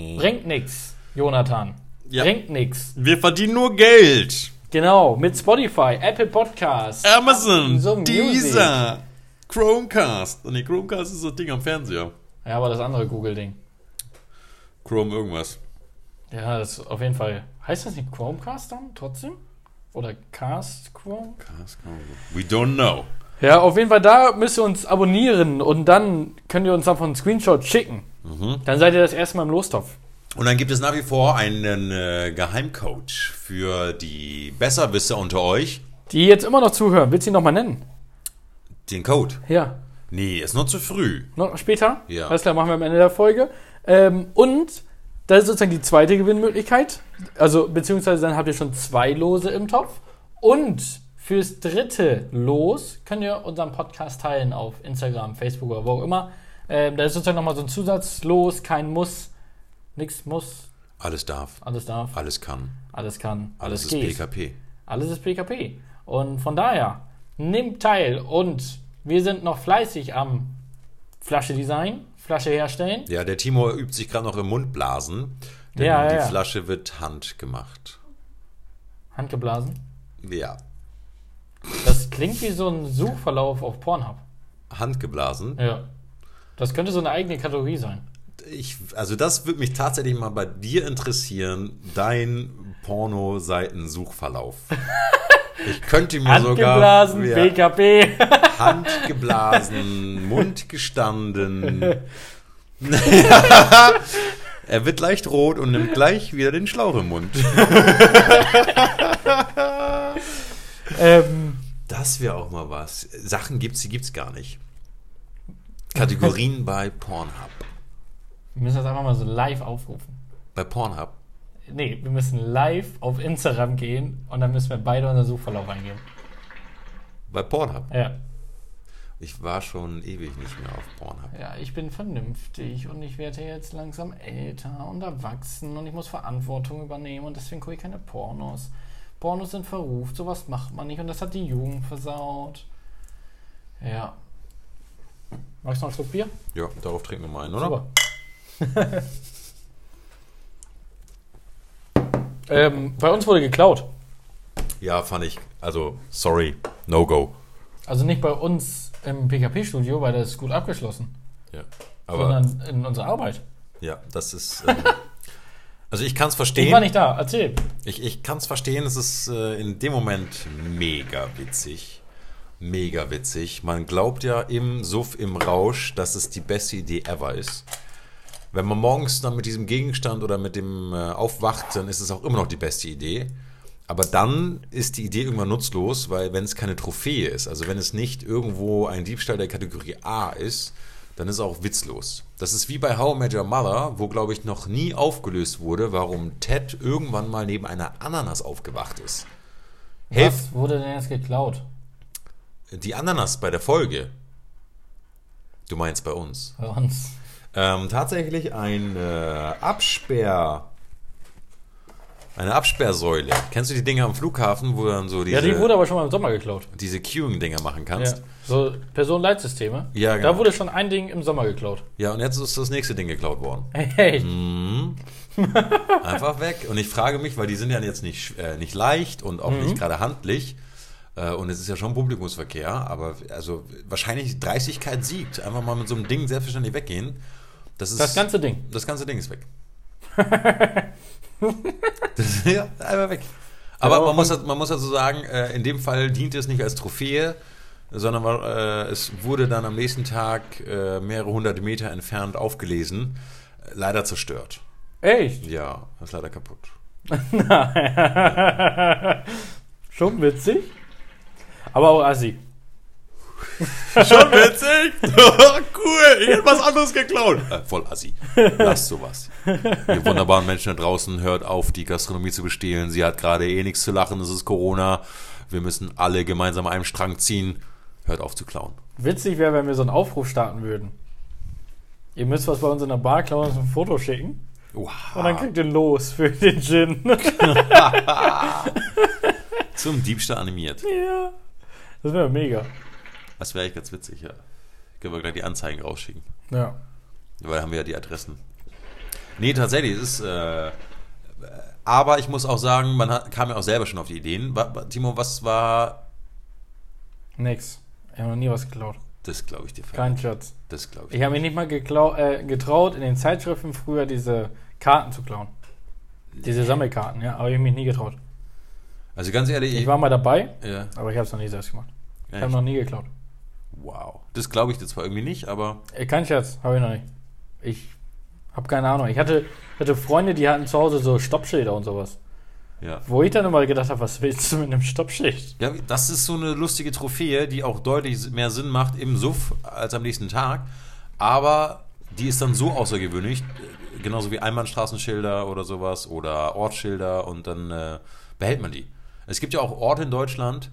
Bringt nix, Jonathan. Ja. Bringt nix. Wir verdienen nur Geld. Genau, mit Spotify, Apple Podcasts. Amazon, So Music. Deezer, Chromecast. Nee, Chromecast ist das Ding am Fernseher. Ja, aber das andere Google-Ding. Chrome irgendwas. Ja, das ist auf jeden Fall. Heißt das nicht Chromecast dann trotzdem? Oder Cast Chrome? We don't know. Ja, auf jeden Fall, da müsst ihr uns abonnieren und dann könnt ihr uns davon einen Screenshot schicken. Dann seid ihr das erste Mal im Lostopf. Und dann gibt es nach wie vor einen äh, Geheimcode für die Besserwisser unter euch. Die jetzt immer noch zuhören, willst du ihn nochmal nennen? Den Code. Ja. Nee, ist noch zu früh. Noch später? Ja. Alles klar, machen wir am Ende der Folge. Ähm, und das ist sozusagen die zweite Gewinnmöglichkeit. Also, beziehungsweise dann habt ihr schon zwei Lose im Topf. Und fürs dritte Los könnt ihr unseren Podcast teilen auf Instagram, Facebook oder wo auch immer. Ähm, da ist sozusagen nochmal so ein Zusatzlos, kein Muss, nichts muss, Alles darf, alles darf, alles kann, alles kann, alles, alles, ist geht. PKP. Alles ist PKP. Und von daher, nimmt teil und wir sind noch fleißig am Flasche Design, Flasche herstellen. Ja, der Timo übt sich gerade noch im Mundblasen, denn Ja, ja, die ja. Flasche wird handgemacht. Handgeblasen. Ja, Das klingt wie so ein Suchverlauf auf Pornhub. handgeblasen. Ja. Das könnte so eine eigene Kategorie sein. Ich, also das würde mich tatsächlich mal bei dir interessieren, dein Porno-Seiten-Suchverlauf. Ich könnte mir Handgeblasen, sogar ja, PKP. handgeblasen, mundgestanden. er wird leicht rot und nimmt gleich wieder den Schlauch im Mund. ähm, Das wäre auch mal was. Sachen gibt's, die gibt's gar nicht. Kategorien bei Pornhub. wir müssen das einfach mal so live aufrufen. Bei Pornhub. Nee, wir müssen live auf Instagram gehen und dann müssen wir beide unseren Suchverlauf eingeben. Bei Pornhub. Ja. Ich war schon ewig nicht mehr auf Pornhub. Ja, ich bin vernünftig und ich werde jetzt langsam älter und erwachsen und ich muss Verantwortung übernehmen und deswegen gucke ich keine Pornos. Pornos sind verruft, sowas macht man nicht und das hat die Jugend versaut. Ja. Magst du noch einen Schluck Bier? Ja, darauf trinken wir mal einen, oder? Super. ähm, bei uns wurde geklaut. Ja, fand ich. Also, sorry, no go. Also nicht bei uns im PKP-Studio, weil das ist gut abgeschlossen, Ja. Aber sondern in unserer Arbeit. ja, das ist. Ähm, also ich kann's Ich war verstehen. nicht da, erzähl. Ich, ich kann's verstehen, es ist äh, in dem Moment mega witzig. Mega witzig. Man glaubt ja im Suff, im Rausch, dass es die beste Idee ever ist. Wenn man morgens dann mit diesem Gegenstand oder mit dem äh, aufwacht, dann ist es auch immer noch die beste Idee. Aber dann ist die Idee irgendwann nutzlos, weil wenn es keine Trophäe ist, also wenn es nicht irgendwo ein Diebstahl der Kategorie A ist, dann ist es auch witzlos. Das ist wie bei How I Met Your Mother, wo, glaube ich, noch nie aufgelöst wurde, warum Ted irgendwann mal neben einer Ananas aufgewacht ist. Helft Was wurde denn jetzt geklaut? die Ananas bei der Folge. Du meinst bei uns. Bei uns. Ähm, tatsächlich ein äh, Absperr. Eine Absperrsäule. Kennst du die Dinger am Flughafen, wo du dann so Ja, diese, die wurde aber schon mal im Sommer geklaut. diese Queuing-Dinger machen Ja. kannst? So Personenleitsysteme. Ja, Da genau. wurde schon ein Ding im Sommer geklaut. Mhm. Ja. und jetzt ist das nächste Ding geklaut worden. Hey. Einfach weg. Und ich frage mich, weil die sind ja jetzt nicht, äh, nicht leicht und auch Mhm. nicht gerade handlich. Äh, und es ist ja schon Publikumsverkehr, aber also wahrscheinlich Dreistigkeit siegt. Einfach mal mit so einem Ding selbstverständlich weggehen. Das, ist, Das ganze Ding. das ganze Ding ist weg. das, ja, einmal weg. Aber Ja, aber man, muss, das- man muss dazu sagen, äh, in dem Fall diente es nicht als Trophäe, sondern war, äh, es wurde dann am nächsten Tag äh, mehrere hundert Meter entfernt aufgelesen. Äh, Leider zerstört. Echt? Ja, ist leider kaputt. Nein. Schon witzig. Aber auch assi. Schon witzig! cool! Ich hätte was anderes geklaut! Äh, voll assi. Lasst sowas. Ihr wunderbaren Menschen da draußen, hört auf, die Gastronomie zu bestehlen. Sie hat gerade eh nichts zu lachen, es ist Corona. Wir müssen alle gemeinsam an einem Strang ziehen. Hört auf zu klauen. Witzig wäre, wenn wir so einen Aufruf starten würden. Ihr müsst was bei uns in der Bar klauen und uns ein Foto schicken. Und dann Wow. kriegt ihr los für den Gin. Zum Diebstahl animiert. ja. Das wäre mega. Das wäre eigentlich ganz witzig, ja. Können wir gleich die Anzeigen rausschicken. Ja. Weil da haben wir ja die Adressen. Nee, tatsächlich, es ist. Äh, aber ich muss auch sagen, man hat, kam ja auch selber schon auf die Ideen. Wa- wa- Timo, was war. Nix. Ich habe noch nie was geklaut. Das glaube ich dir. Frank. Kein Schatz. Das glaube ich. Ich habe mich nicht mal geklau äh, getraut, in den Zeitschriften früher diese Karten zu klauen. Diese Sammelkarten, ja. Aber ich habe mich nie getraut. Also ganz ehrlich, Ich war mal dabei, Ja, aber ich habe es noch nie selbst gemacht. Ich echt. habe noch nie geklaut. wow. Das glaube ich dir zwar irgendwie nicht, aber. Äh, Kein Scherz, habe ich noch nicht. Ich habe keine Ahnung. Ich hatte, hatte Freunde, die hatten zu Hause so Stoppschilder und sowas. Ja. Wo ich dann immer gedacht habe, was willst du mit einem Stoppschild? Ja, das ist so eine lustige Trophäe, die auch deutlich mehr Sinn macht im Suff als am nächsten Tag. Aber die ist dann so außergewöhnlich, äh, genauso wie Einbahnstraßenschilder oder sowas oder Ortsschilder und dann äh, behält man die. Es gibt ja auch Orte in Deutschland,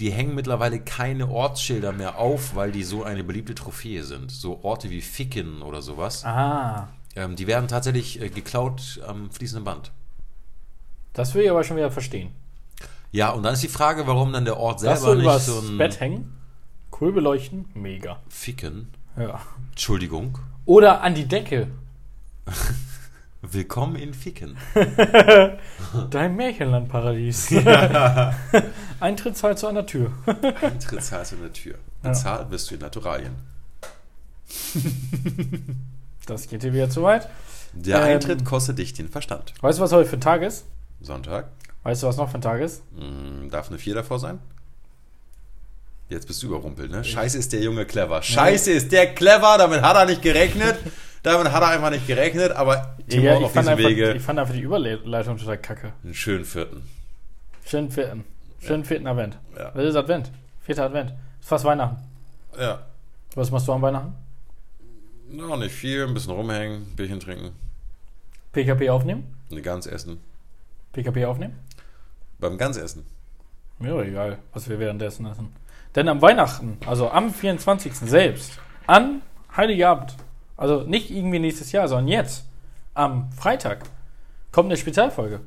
die hängen mittlerweile keine Ortsschilder mehr auf, weil die so eine beliebte Trophäe sind. So Orte wie Ficken oder sowas. Ah, Ähm, die werden tatsächlich äh, geklaut am fließenden Band. das will ich aber schon wieder verstehen. Ja, und dann ist die Frage, warum dann der Ort Das so selber nicht übers so ein Bett hängen, cool beleuchten, mega. Ficken. Ja. Entschuldigung. Oder an die Decke, Willkommen in Ficken. dein Märchenlandparadies. Eintritt halt zu einer Tür. Eintritt zahlst du in der Tür. Bezahlt bist du in Naturalien. Das geht dir wieder zu weit. Der Ähm. Eintritt kostet dich den Verstand. Weißt du, was heute für ein Tag ist? Sonntag. Weißt du, was noch für ein Tag ist? Hm, darf eine 4 davor sein? Jetzt bist du überrumpelt, ne? Scheiße ist der Junge clever. Scheiße ist der clever, damit hat er nicht gerechnet. Damit hat er einfach nicht gerechnet, aber Timo Digga, ich, auf fand diesem einfach, Wege ich fand einfach die Überleitung total kacke. einen schönen vierten. Schönen vierten. Schönen vierten Advent. Ja. Das ist Advent. Vierter Advent. Ist fast Weihnachten. Ja. Was machst du an Weihnachten? Noch nicht viel, ein bisschen rumhängen, Bierchen trinken, PKP aufnehmen? eine Gans essen. PKP aufnehmen? Beim Gans essen. Mir doch egal, was wir währenddessen essen. Denn am Weihnachten, also am 24. selbst, an Heiligabend, also nicht irgendwie nächstes Jahr, sondern jetzt, am Freitag, kommt eine Spezialfolge.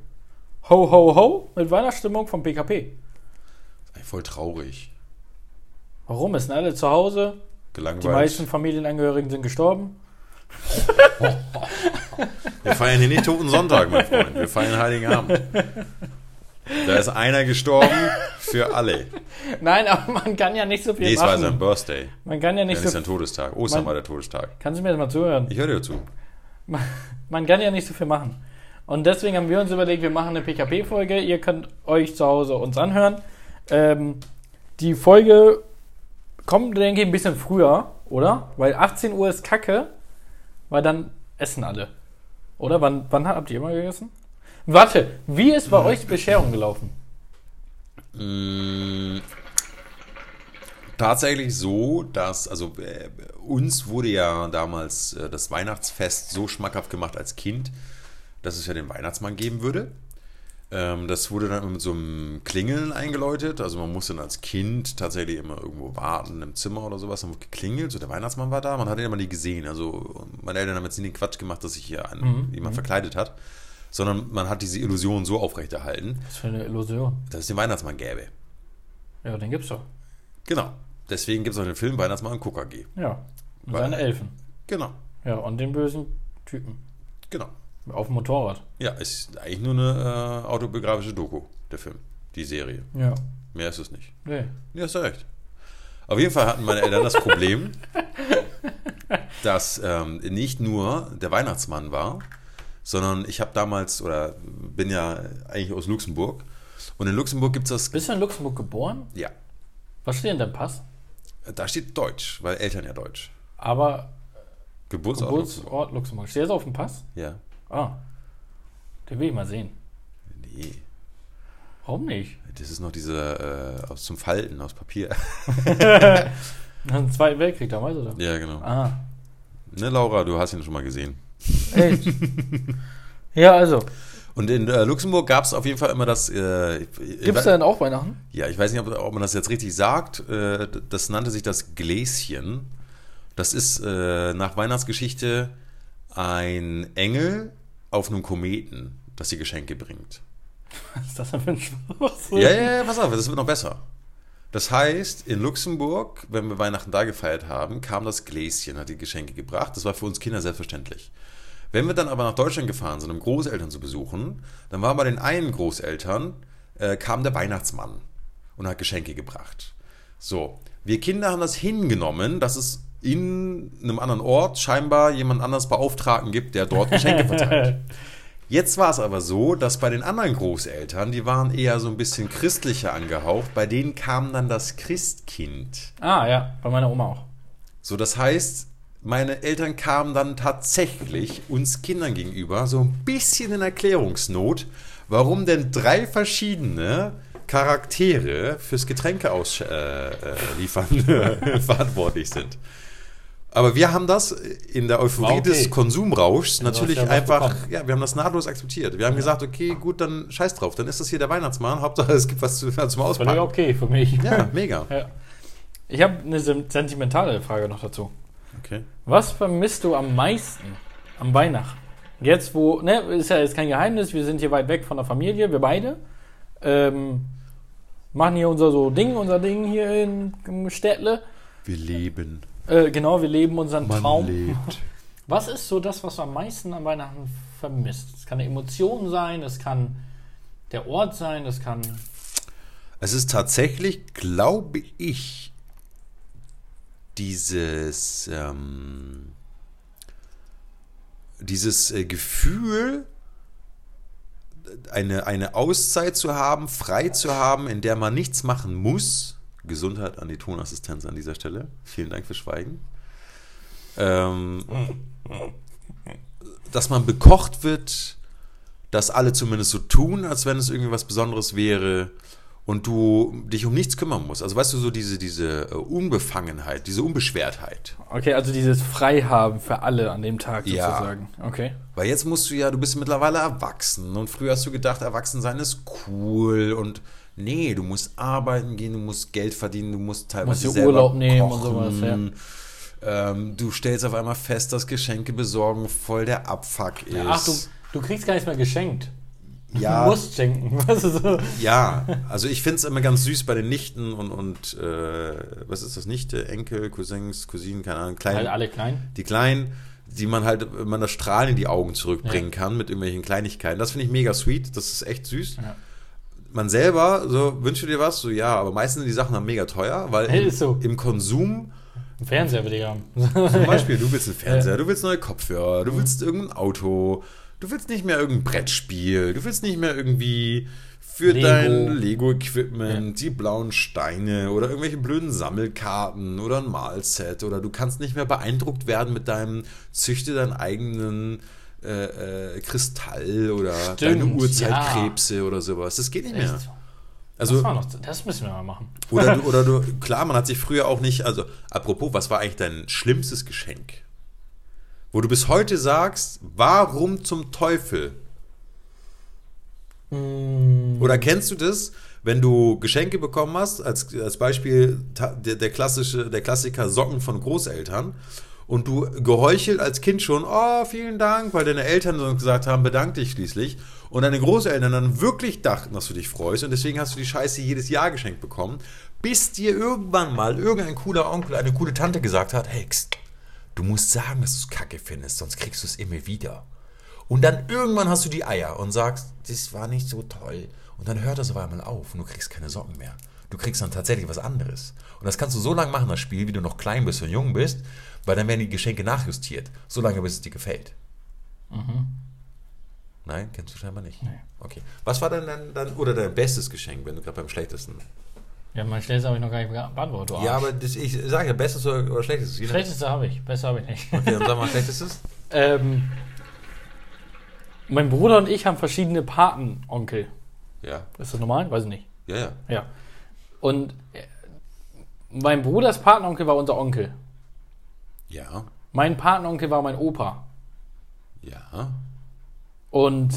Ho, ho, ho mit Weihnachtsstimmung vom PKP. Ey, voll traurig. Warum? Es sind alle zu Hause, Gelangweilt. die meisten Familienangehörigen sind gestorben. Wir feiern hier nicht Toten Sonntag, mein Freund. Wir feiern Heiligen Abend. Da ist einer gestorben für alle. Nein, aber man kann ja nicht so viel Nee, es war sein machen. Birthday. Man kann ja nicht Dann ist so sein Todestag. Ostern Mann. war der Todestag. Kannst du mir das mal zuhören? Ich höre dir zu. Man kann ja nicht so viel machen. Und deswegen haben wir uns überlegt, wir machen eine PKP-Folge. Ihr könnt euch zu Hause uns anhören. Ähm, die Folge kommt, denke ich, ein bisschen früher, oder? Weil 18 Uhr ist kacke, weil dann essen alle. Oder? Wann, wann habt ihr immer gegessen? Warte, wie ist bei euch die Bescherung gelaufen? Mm, Tatsächlich so, dass, also äh, uns wurde ja damals äh, das Weihnachtsfest so schmackhaft gemacht als Kind, dass es ja den Weihnachtsmann geben würde. Ähm, das wurde dann immer mit so einem Klingeln eingeläutet. Also man musste dann als Kind tatsächlich immer irgendwo warten im Zimmer oder sowas. Dann wurde geklingelt, so der Weihnachtsmann war da. Man hat ihn aber nie gesehen. Also meine Eltern haben jetzt nie den Quatsch gemacht, dass sich hier ein, jemand verkleidet hat. Sondern man hat diese Illusion so aufrechterhalten, Das ist für eine Illusion. dass es den Weihnachtsmann gäbe. Ja, den gibt's doch. Genau. Deswegen gibt es auch den Film Weihnachtsmann und KKG. Ja. Und Weil- seine Elfen. Genau. Ja, und den bösen Typen. Genau. Auf dem Motorrad. Ja, ist eigentlich nur eine äh, autobiografische Doku, der Film. Die Serie. Ja. Mehr ist es nicht. Nee. Ja, hast du recht. Auf jeden Fall hatten meine Eltern das Problem, dass ähm, nicht nur der Weihnachtsmann war, sondern ich habe damals, oder bin ja eigentlich aus Luxemburg. Und in Luxemburg gibt es das. Bist du in Luxemburg geboren? Ja, Was steht denn deinem Pass? da steht Deutsch, weil Eltern ja Deutsch. Aber Geburtsort. Luxemburg. Geburtsort Luxemburg. Steht das auf dem Pass? Ja. Ah. Den will ich mal sehen. Nee. Warum nicht? Das ist noch diese äh, aus zum Falten aus Papier. Nach dem Zweiten Weltkrieg damals, oder? ja, genau. Ah. Ne, Laura, du hast ihn schon mal gesehen. Echt? ja, also. Und in äh, Luxemburg gab es auf jeden Fall immer das. Äh, Gibt Gibt es da denn auch Weihnachten? Ja, ich weiß nicht, ob, ob man das jetzt richtig sagt. Äh, d- Das nannte sich das Gläschen. Das ist äh, nach Weihnachtsgeschichte ein Engel auf einem Kometen, das die Geschenke bringt. Was ist das denn für ein Schwachsinn? Ja, ja, ja, pass auf, das wird noch besser. Das heißt, in Luxemburg, wenn wir Weihnachten da gefeiert haben, kam das Gläschen, hat die Geschenke gebracht. Das war für uns Kinder selbstverständlich. Wenn wir dann aber nach Deutschland gefahren sind, um Großeltern zu besuchen, dann war bei den einen Großeltern, äh, kam der Weihnachtsmann und hat Geschenke gebracht. So, wir Kinder haben das hingenommen, dass es in einem anderen Ort scheinbar jemand anders Beauftragten gibt, der dort Geschenke verteilt. Jetzt war es aber so, dass bei den anderen Großeltern, die waren eher so ein bisschen christlicher angehaucht, bei denen kam dann das Christkind. Ah, ja. Bei meiner Oma auch. So, das heißt, meine Eltern kamen dann tatsächlich uns Kindern gegenüber so ein bisschen in Erklärungsnot, warum denn drei verschiedene Charaktere fürs Getränke aus, äh, äh, liefern äh, verantwortlich sind. Aber wir haben das in der Euphorie War Ah, okay. des Konsumrauschs hast natürlich ja was einfach, bekommen. ja, wir haben das nahtlos akzeptiert. Wir haben gesagt, okay, gut, dann scheiß drauf, dann ist das hier der Weihnachtsmann, Hauptsache es gibt was zu- zum Völlig Auspacken. okay für mich. Ah. Ja, mega. Ja. Ich habe eine sen- sentimentale Frage noch dazu. Okay. Was vermisst du am meisten am Weihnachten? Jetzt, wo, ne, ist ja jetzt kein Geheimnis, wir sind hier weit weg von der Familie, wir beide. Ähm, machen hier unser so Ding, unser Ding hier in, in Städtle. Wir leben, Äh, genau, wir leben unseren man Traum. lebt. Was ist so das, was du am meisten an Weihnachten vermisst? Es kann eine Emotion sein, es kann der Ort sein, es kann. Es ist tatsächlich, glaube ich, dieses, ähm, dieses äh, Gefühl, eine, eine Auszeit zu haben, frei zu haben, in der man nichts machen muss. Gesundheit an die Tonassistenz an dieser Stelle. Vielen Dank für Schweigen. Ähm, dass man bekocht wird, dass alle zumindest so tun, als wenn es irgendwie was Besonderes wäre und du dich um nichts kümmern musst. Also weißt du, so diese, diese äh, Unbefangenheit, diese Unbeschwertheit. Okay, also dieses Freihaben für alle an dem Tag Ja. sozusagen. Okay. Weil jetzt musst du ja, du bist mittlerweile erwachsen und früher hast du gedacht, erwachsen sein ist cool und nee, du musst arbeiten gehen, du musst Geld verdienen, du musst teilweise dir selber Urlaub nehmen und kochen. Ähm, du stellst auf einmal fest, dass Geschenke besorgen voll der Abfuck ist. Ach, du, du kriegst gar nichts mehr geschenkt. ja, Du musst schenken. Weißt du, so. Ja, also ich finde es immer ganz süß bei den Nichten und, und äh, was ist das, Nichte, Enkel, Cousins, Cousinen, keine Ahnung, kleinen, Halt alle klein. die Kleinen, die man halt, wenn man das Strahlen in die Augen zurückbringen kann mit irgendwelchen Kleinigkeiten. Das finde ich mega sweet, das ist echt süß. Ja. Man selber, so, wünschst du dir was? So, ja, aber meistens sind die Sachen dann mega teuer, weil Hey, im, ist so. im Konsum, Ein Fernseher will ich haben. zum Beispiel, du willst einen Fernseher, du willst neue Kopfhörer, du Mhm. willst irgendein Auto, du willst nicht mehr irgendein Brettspiel, du willst nicht mehr irgendwie für Lego. dein Lego-Equipment die blauen Steine oder irgendwelche blöden Sammelkarten oder ein Malset oder du kannst nicht mehr beeindruckt werden mit deinem Züchte deinen eigenen äh, äh, Kristall oder Stimmt, deine ja. Urzeitkrebse oder sowas. Das geht nicht mehr. Echt so. Also Das, war noch, das müssen wir mal machen. oder du, oder du, klar, man hat sich früher auch nicht, also apropos, was war eigentlich dein schlimmstes Geschenk? Wo du bis heute sagst, warum zum Teufel? Oder kennst du das, wenn du Geschenke bekommen hast, als, als Beispiel ta- der, der klassische, der Klassiker Socken von Großeltern und du geheuchelt als Kind schon, oh, vielen Dank, weil deine Eltern so gesagt haben, bedank dich schließlich und deine Großeltern dann wirklich dachten, dass du dich freust und deswegen hast du die Scheiße jedes Jahr geschenkt bekommen, bis dir irgendwann mal irgendein cooler Onkel, eine coole Tante gesagt hat, hey, Kst, du musst sagen, dass du es kacke findest, sonst kriegst du es immer wieder. Und dann irgendwann hast du die Eier und sagst, das war nicht so toll. Und dann hört das auf einmal auf und du kriegst keine Socken mehr. Du kriegst dann tatsächlich was anderes. Und das kannst du so lange machen, das Spiel, wie du noch klein bist und jung bist, weil dann werden die Geschenke nachjustiert. So lange, bis es dir gefällt. Mhm. Nein, kennst du scheinbar nicht. Okay. Was war denn dein, dein, oder dein bestes Geschenk, wenn du gerade beim schlechtesten? Ja, mein schnellstes habe ich noch gar nicht bea- beantwortet. du Arsch. Ja, aber das, ich sage ja, bestes oder, oder schlechtestes. Je nach- Schlechteste habe ich, besser habe ich nicht. Okay, dann sag mal schlechtestes. Ähm, mein Bruder und ich haben verschiedene Patenonkel. Ja, Ist das normal? Weiß ich nicht. ja, ja. Ja. Und äh, mein Bruders Patenonkel war unser Onkel. Ja, Mein Patenonkel war mein Opa. ja. Und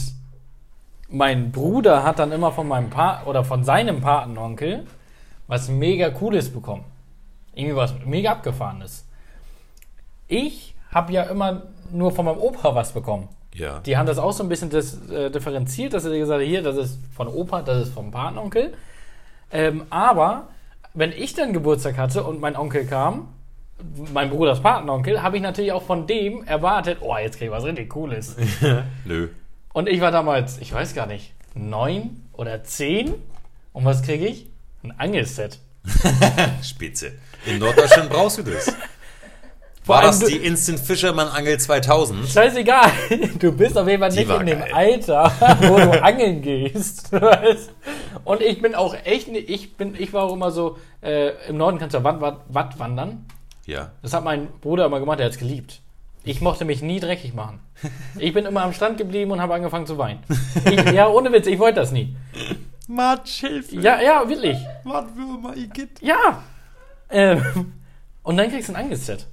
mein Bruder hat dann immer von meinem Pa oder von seinem Patenonkel was mega Cooles bekommen. Irgendwie was mega Abgefahrenes. Ich habe ja immer nur von meinem Opa was bekommen. Ja. Die haben das auch so ein bisschen das, äh, differenziert, dass sie gesagt haben, hier, das ist von Opa, das ist vom Patenonkel. Ähm, aber wenn ich dann Geburtstag hatte und mein Onkel kam, mein Bruders Patenonkel, habe ich natürlich auch von dem erwartet, oh, jetzt krieg ich was richtig Cooles. Nö. Und ich war damals, ich weiß gar nicht, neun oder zehn. Und was kriege ich? Ein Angelset. Spitze. In Norddeutschland brauchst du das. War allem das du- die Instant Fisherman Angel 2000? Scheißegal, du bist auf jeden Fall nicht war in dem geil. Alter, wo du angeln gehst. weißt? Und ich bin auch echt, ni- ich bin, ich war auch immer so, äh, im Norden kannst du ja Watt, Watt, Watt wandern. Ja. Das hat mein Bruder immer gemacht, der hat's geliebt. Ich mochte mich nie dreckig machen. Ich bin immer am Strand geblieben und habe angefangen zu weinen. Ich, ja, ohne Witz, ich wollte das nie. Matsch, Hilfe. Ja, ja, wirklich. Mattwürmer, Igitt. Ja. Ähm, und dann kriegst du ein Angelset.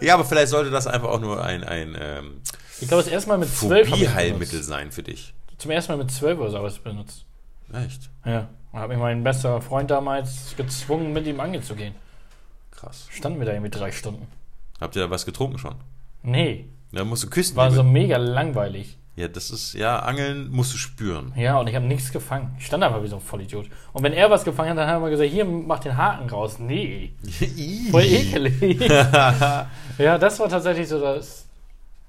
Ja, aber vielleicht sollte das einfach auch nur ein, ein ähm, Ich glaube, das erste Mal mit zwölf. hab ich's Phobie-Heilmittel benutzt. sein für dich. Zum ersten Mal mit zwölf oder so habe ich es benutzt. Echt? Ja. Da hat mich mein bester Freund damals gezwungen, mit ihm angeln zu gehen. Krass. Standen wir da irgendwie drei Stunden. Habt ihr da was getrunken schon? Nee, Da musst du küssen. war Liebe. so mega langweilig. ja, das ist, ja, Angeln musst du spüren. Ja, und ich habe nichts gefangen. Ich stand einfach wie so ein Vollidiot. Und wenn er was gefangen hat, dann haben wir gesagt, hier, mach den Haken raus. Nee, voll ekelig. ja, das war tatsächlich so das...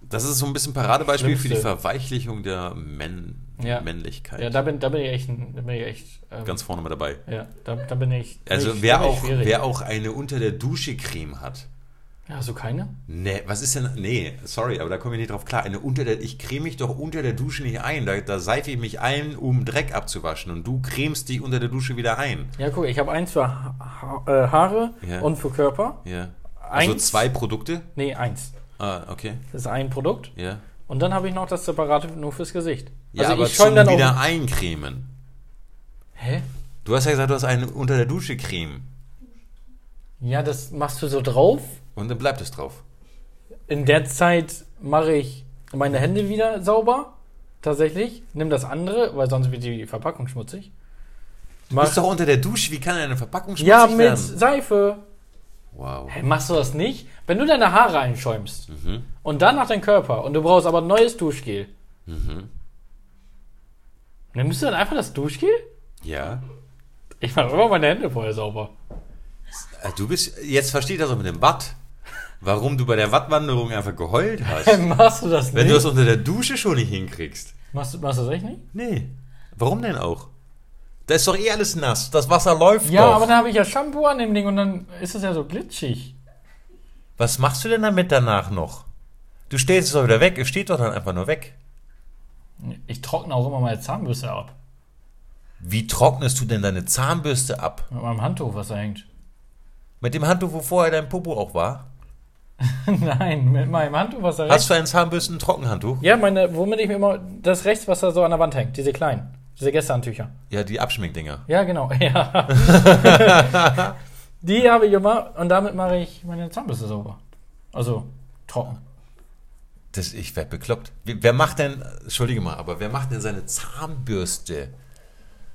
Das ist so ein bisschen Paradebeispiel für die Schlimmste. Verweichlichung der Männ Ja. Männlichkeit. Ja, da bin, da bin ich echt... ein- Da bin ich echt ähm, Ganz vorne mit dabei. Ja, da, da bin ich... Also bin ich- wer bin ich auch, schwierig. wer auch eine unter der Dusche Creme hat. Ja, so keine? Nee, was ist denn? Nee, sorry, aber da komme ich nicht drauf klar. Eine unter der, ich creme mich doch unter der Dusche nicht ein. Da, da seife ich mich ein, um Dreck abzuwaschen. Und du cremst dich unter der Dusche wieder ein. Ja, guck, ich habe eins für ha ha äh, Haare Ja. und für Körper. Ja. Also Eins? zwei Produkte? Nee, eins. Ah, okay. Das ist ein Produkt. Ja. Und dann habe ich noch das separate nur fürs Gesicht. Ja, also aber ich schäume schon dann wieder auch. eincremen. Hä? Du hast ja gesagt, du hast eine unter der Dusche Creme. Ja, das machst du so drauf. Und dann bleibt es drauf. In der Zeit mache ich meine Hände wieder sauber. Tatsächlich. Nimm das andere, weil sonst wird die Verpackung schmutzig. Du Mach, bist doch unter der Dusche. Wie kann eine Verpackung schmutzig ja, mit werden? Seife. Wow. Hey, machst du das nicht? Wenn du deine Haare einschäumst Mhm. und danach deinen Körper und du brauchst aber ein neues Duschgel. Mhm. Nimmst du dann einfach das Duschgel? Ja. Ich mache immer meine Hände vorher sauber. Äh, Du bist, jetzt versteht das auch mit dem Watt. Warum du bei der Wattwanderung einfach geheult hast. machst du das Wenn nicht? du es unter der Dusche schon nicht hinkriegst. machst, du- machst du das echt nicht? Nee. Warum denn auch? Da ist doch eh alles nass. Das Wasser läuft Ja, doch. aber da habe ich ja Shampoo an dem Ding und dann ist es ja so glitschig. Was machst du denn damit danach noch? Du stellst es doch wieder weg. Es steht doch dann einfach nur weg. Ich trockne auch immer meine Zahnbürste ab. Wie trocknest du denn deine Zahnbürste ab? Mit meinem Handtuch, was da hängt. Mit dem Handtuch, wo vorher dein Popo auch war? Nein, mit meinem Handtuch, was da Hast du einen Zahnbürsten Trockenhandtuch? Ja, meine, womit ich mir immer das rechts, was da so an der Wand hängt, diese kleinen, diese Gästehandtücher. Ja, die Abschminkdinger. Ja, genau, ja. Die habe ich immer und damit mache ich meine Zahnbürste sauber. Also trocken. Das, ich werd bekloppt. Wer wer macht denn, entschuldige mal, aber wer macht denn seine Zahnbürste?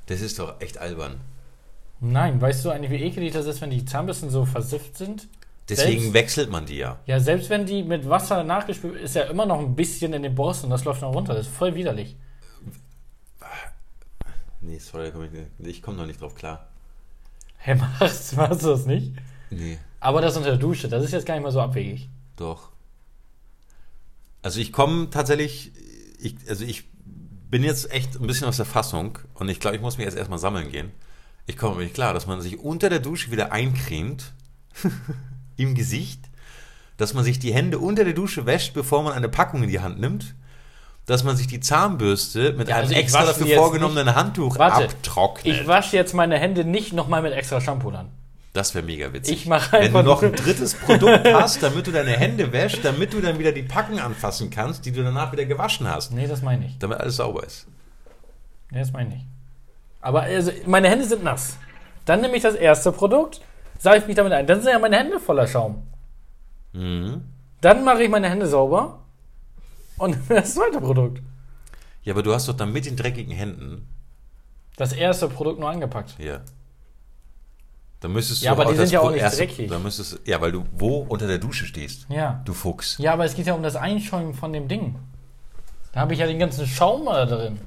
Das ist doch echt albern. Nein, weißt du eigentlich, wie ekelig das ist, wenn die Zahnbürsten so versifft sind? Deswegen Selbst- wechselt man die ja. Ja, selbst wenn die mit Wasser nachgespült ist, ja immer noch ein bisschen in den Borsten und das läuft noch runter. Das ist voll widerlich. Nee, sorry, komm ich, nicht- ich komme noch nicht drauf klar. Hä, machst, machst du das nicht? Nee, Aber das unter der Dusche, das ist jetzt gar nicht mal so abwegig. doch. Also ich komme tatsächlich, ich, also ich bin jetzt echt ein bisschen aus der Fassung und ich glaube, ich muss mich jetzt erstmal sammeln gehen. Ich komme mir nicht klar, dass man sich unter der Dusche wieder eincremt, im Gesicht, dass man sich die Hände unter der Dusche wäscht, bevor man eine Packung in die Hand nimmt, dass man sich die Zahnbürste mit Ja, einem also ich extra wasche die dafür jetzt vorgenommenen Handtuch Warte. abtrocknet. Ich wasche jetzt meine Hände nicht nochmal mit extra Shampoo dann. Das wäre mega witzig. Ich mache Wenn du einfach noch nur- ein drittes Produkt hast, damit du deine Hände wäschst, damit du dann wieder die Packen anfassen kannst, die du danach wieder gewaschen hast. Nee, das meine ich. nicht. Damit alles sauber ist. Nee, das meine ich. nicht. Aber also, meine Hände sind nass. Dann nehme ich das erste Produkt, seife mich damit ein. Dann sind ja meine Hände voller Schaum. Mhm. Dann mache ich meine Hände sauber und das zweite Produkt. Ja, aber du hast doch dann mit den dreckigen Händen Das erste Produkt nur angepackt. hier. Dann müsstest du Ja, aber die das sind ja auch nicht erste- dreckig. Dann müsstest, ja, weil du wo unter der Dusche stehst. Ja. Du Fuchs. Ja, aber es geht ja um das Einschäumen von dem Ding. Da habe ich ja den ganzen Schaum da drin.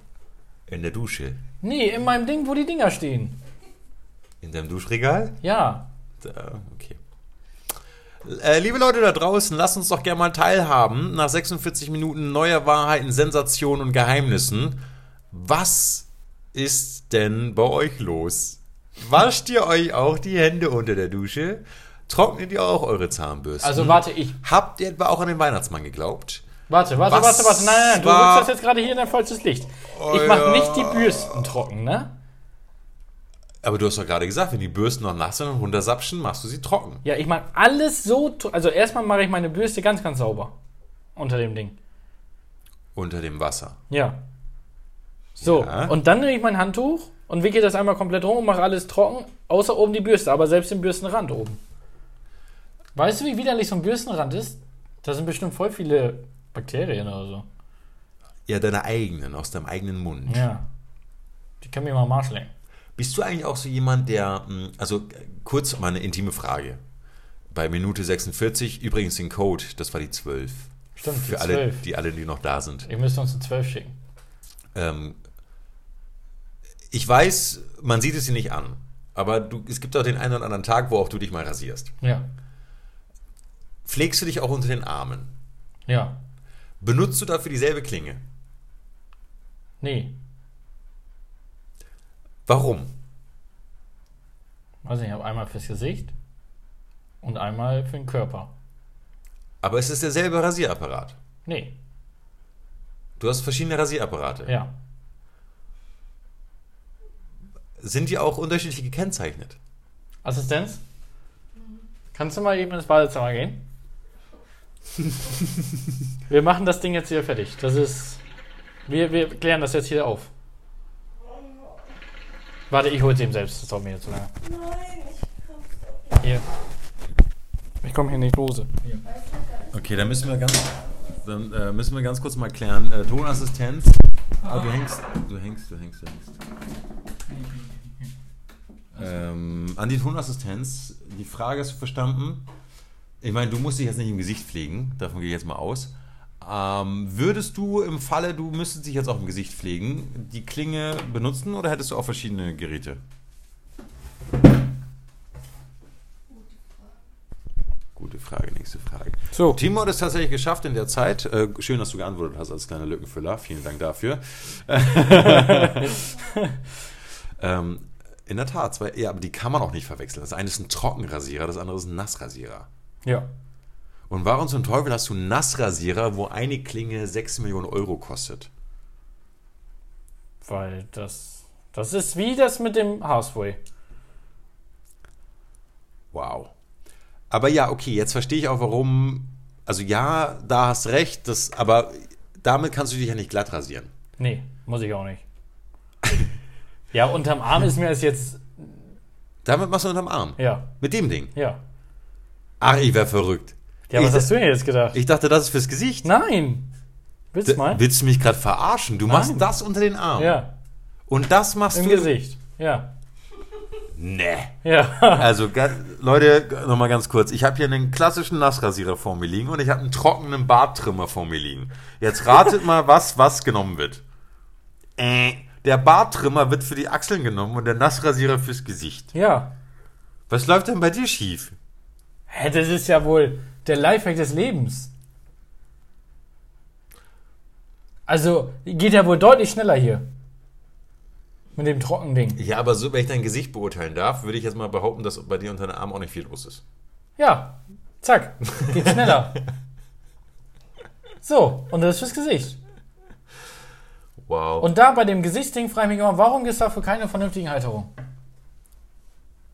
In der Dusche. Nee, in meinem Ding, wo die Dinger stehen. In deinem Duschregal? Ja. Da, okay. Äh, Liebe Leute da draußen, lasst uns doch gerne mal teilhaben. Nach 46 Minuten neuer Wahrheiten, Sensationen und Geheimnissen. Was ist denn bei euch los? Wascht ihr euch auch die Hände unter der Dusche? Trocknet ihr auch eure Zahnbürsten? Also warte, ich. Habt ihr etwa auch an den Weihnachtsmann geglaubt? Warte, warte, Was warte, warte. Nein, nein, nein. Du war- rückst das jetzt gerade hier in ein falsches Licht. Ich mache nicht die Bürsten trocken, ne? Aber du hast doch gerade gesagt, wenn die Bürsten noch nass sind und runtersapschen, machst du sie trocken. Ja, ich mache alles so. to- Also erstmal mache ich meine Bürste ganz, ganz sauber. Unter dem Ding. Unter dem Wasser. Ja. So, Ja. und dann nehme ich mein Handtuch und wickel das einmal komplett rum und mache alles trocken, außer oben die Bürste, aber selbst den Bürstenrand oben. Weißt du, wie widerlich so ein Bürstenrand ist? Da sind bestimmt voll viele Bakterien oder so. Ja, deine eigenen, aus deinem eigenen Mund. Ja. Die können mir mal am Arsch lecken. Bist du eigentlich auch so jemand, der, mh, also äh, kurz mal eine intime Frage. Bei Minute 46, übrigens den Code, das war die 12. Stimmt, die Für alle, 12. die alle, die noch da sind. Ihr müsst uns eine 12 schicken. Ähm, ich weiß, man sieht es dir nicht an, aber du, es gibt auch den einen oder anderen Tag, wo auch du dich mal rasierst. Ja. Pflegst du dich auch unter den Armen? Ja. Benutzt du dafür dieselbe Klinge? Nee. Warum? Also ich habe einmal fürs Gesicht und einmal für den Körper. Aber es ist derselbe Rasierapparat. Nee. Du hast verschiedene Rasierapparate. Ja. Sind die auch unterschiedlich gekennzeichnet? Assistenz? Kannst du mal eben ins Badezimmer gehen? wir machen das Ding jetzt hier fertig. Das ist. Wir, wir klären das jetzt hier auf. Warte, ich hol's eben selbst. Das dauert mir jetzt zu lange. Nein, ich komm's doch nicht. Hier. Ich komme hier nicht lose. Okay, dann müssen wir ganz, dann äh, müssen wir ganz kurz mal klären. Äh, Tonassistenz. Ah, du hängst, du hängst, du hängst, du hängst. Ähm, an die Tonassistenz. Die Frage ist verstanden. Ich meine, du musst dich jetzt nicht im Gesicht pflegen. Davon gehe ich jetzt mal aus. Ähm, würdest du im Falle, du müsstest dich jetzt auch im Gesicht pflegen, die Klinge benutzen oder hättest du auch verschiedene Geräte? Gute Frage, nächste Frage. So. Timo hat es tatsächlich geschafft in der Zeit. Äh, schön, dass du geantwortet hast als kleiner Lückenfüller. Vielen Dank dafür. ähm, in der Tat, zwei, ja, aber die kann man auch nicht verwechseln. Das eine ist ein Trockenrasierer, das andere ist ein Nassrasierer. Ja. Und warum zum Teufel hast du einen Nassrasierer, wo eine Klinge 6 Millionen Euro kostet? Weil das. Das ist wie das mit dem Haarspray. Wow. Aber ja, okay, jetzt verstehe ich auch, warum. Also ja, da hast recht, das, aber damit kannst du dich ja nicht glatt rasieren. Nee, muss ich auch nicht. ja, unterm Arm ist mir das jetzt. Damit machst du unterm Arm. Ja, Mit dem Ding. ja. Ach, ich wäre verrückt. Ja, ich, was hast du denn jetzt gedacht? ich dachte, das ist fürs Gesicht. Nein! Willst D- du mal? Willst du mich gerade verarschen? Du machst Nein. das unter den Arm. Ja, Und das machst im du. Gesicht. Ja. Nee. Ja. Also, ga- Leute, nochmal ganz kurz. Ich habe hier einen klassischen Nassrasierer vor mir liegen und ich habe einen trockenen Barttrimmer vor mir liegen. Jetzt ratet mal, was was genommen wird. Äh, der Barttrimmer wird für die Achseln genommen und der Nassrasierer fürs Gesicht. Ja. Was läuft denn bei dir schief? Hä, das ist ja wohl der Lifehack des Lebens. Also geht ja wohl deutlich schneller hier. Mit dem Trockending. Ja, aber so, wenn ich dein Gesicht beurteilen darf, würde ich jetzt mal behaupten, dass bei dir unter den Armen auch nicht viel los ist. Ja, zack, geht schneller. so, und das ist fürs Gesicht. Wow. Und da bei dem Gesichtsding frage ich mich immer, warum gibt es dafür keine vernünftigen Halterungen?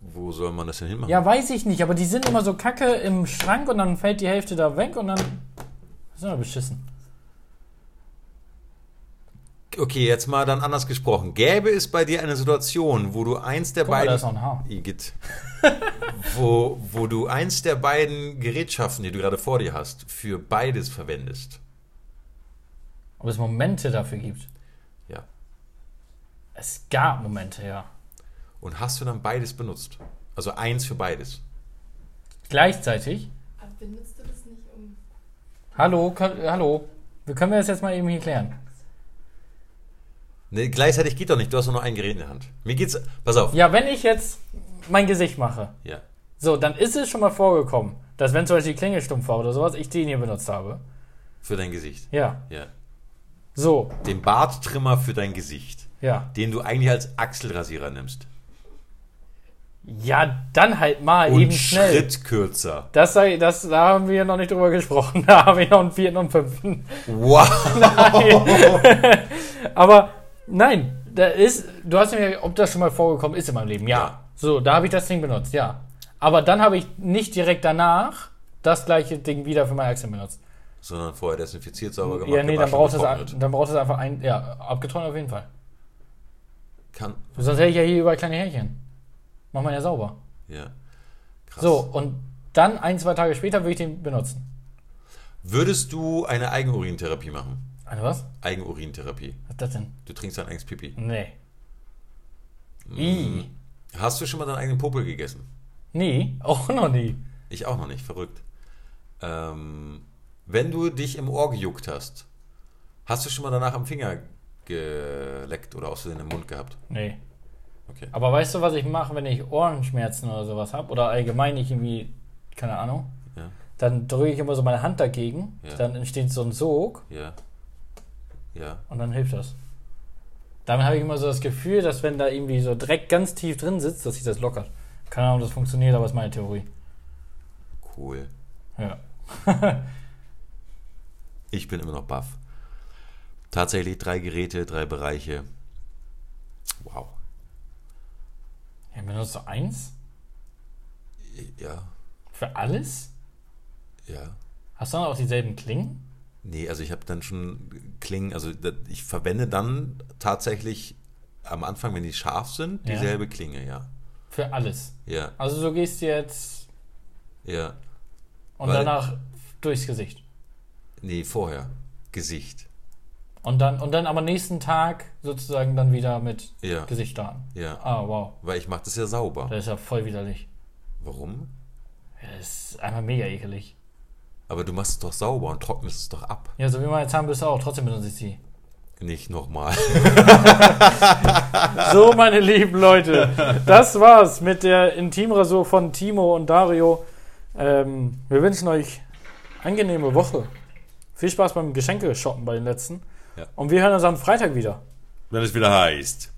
Wo soll man das denn hinmachen? Ja, weiß ich nicht, aber die sind immer so kacke im Schrank und dann fällt die Hälfte da weg und dann. Das ist immer beschissen. Okay, jetzt mal dann anders gesprochen. Gäbe es bei dir eine Situation, wo du eins der Guck mal, beiden. da ist noch ein Haar. Igitt. wo, wo du eins der beiden Gerätschaften, die du gerade vor dir hast, für beides verwendest. Ob es Momente dafür gibt. Ja. Es gab Momente, ja. Und hast du dann beides benutzt? Also eins für beides. Gleichzeitig. Aber benutzt du das nicht um. Hallo, kö- äh, hallo. Wir können wir das jetzt mal eben hier klären. Nee, Ne, gleichzeitig geht doch nicht, du hast doch nur ein Gerät in der Hand. Mir geht's. Pass auf. Ja, wenn ich jetzt mein Gesicht mache, Ja. so, dann ist es schon mal vorgekommen, dass wenn zum Beispiel die Klingel stumpf war oder sowas, ich den hier benutzt habe. Für dein Gesicht. Ja. Ja. So, Den Barttrimmer für dein Gesicht. ja. Den du eigentlich als Achselrasierer nimmst. Ja, dann halt mal Und eben schnell. Schrittkürzer. Das, sei, das, da haben wir noch nicht drüber gesprochen. Da haben wir noch einen vierten und fünften. Wow. Aber nein, da ist, du hast mir, ob das schon mal vorgekommen ist in meinem Leben. Ja. Ja. So, da habe ich das Ding benutzt, ja. Aber dann habe ich nicht direkt danach das gleiche Ding wieder für meine Achseln benutzt. Sondern vorher desinfiziert, sauber gemacht. ja, nee, der dann war braucht, schon es, getrocknet. dann braucht es einfach ein, ja, abgetrocknet auf jeden Fall. Kann. Sonst hätte ich ja hier überall kleine Härchen. Macht man ja sauber. Ja. Krass. So, und dann ein, zwei Tage später würde ich den benutzen. Würdest du eine Eigenurintherapie machen? Also was? Eigenurintherapie. Was ist das denn? Du trinkst dein eigenes Pipi. Hm. Nee. Mhm. I. Hast du schon mal deinen eigenen Popel gegessen? Nie. Auch Oh, noch nie. Ich auch noch nicht, verrückt. Ähm, wenn du dich im Ohr gejuckt hast, hast du schon mal danach am Finger geleckt oder aus Versehen im Mund gehabt? Nee. Okay. Aber weißt du, was ich mache, wenn ich Ohrenschmerzen oder sowas habe? Oder allgemein ich irgendwie, keine Ahnung. Ja. Dann drücke ich immer so meine Hand dagegen. Ja. Dann entsteht so ein Sog Ja. Ja. und dann hilft das. Damit habe ich immer so das Gefühl, dass wenn da irgendwie so Dreck ganz tief drin sitzt, dass sich das lockert. Keine Ahnung, ob das funktioniert, aber ist meine Theorie. Cool. Ja. Ich bin immer noch baff. Tatsächlich drei Geräte, drei Bereiche. Wow. ja benutzt du eins? Ja. Für alles? Ja. Hast du dann auch dieselben Klingen? Nee, also ich habe dann schon Klingen, also da- ich verwende dann tatsächlich am Anfang, wenn die scharf sind, Ja. dieselbe Klinge, ja. Für alles. Ja, Also so gehst du jetzt ja. und Weil- danach durchs Gesicht. Nee, vorher. Gesicht. Und dann, und dann aber nächsten Tag sozusagen dann wieder mit Ja, Gesicht starten. ja. Ah, wow. Weil ich mache das ja sauber. Das ist ja voll widerlich. Warum? Das ist einfach mega ekelig. Aber du machst es doch sauber und trocknest es doch ab. Ja, so wie meine Zahnbürste auch, trotzdem benutze ich sie. Nicht nochmal. So, meine lieben Leute, das war's mit der Intimrasur von Timo und Dario. Ähm, wir wünschen euch angenehme Woche. Viel Spaß beim Geschenke-Shoppen bei den letzten. Ja. Und wir hören uns am Freitag wieder. Wenn es wieder heißt.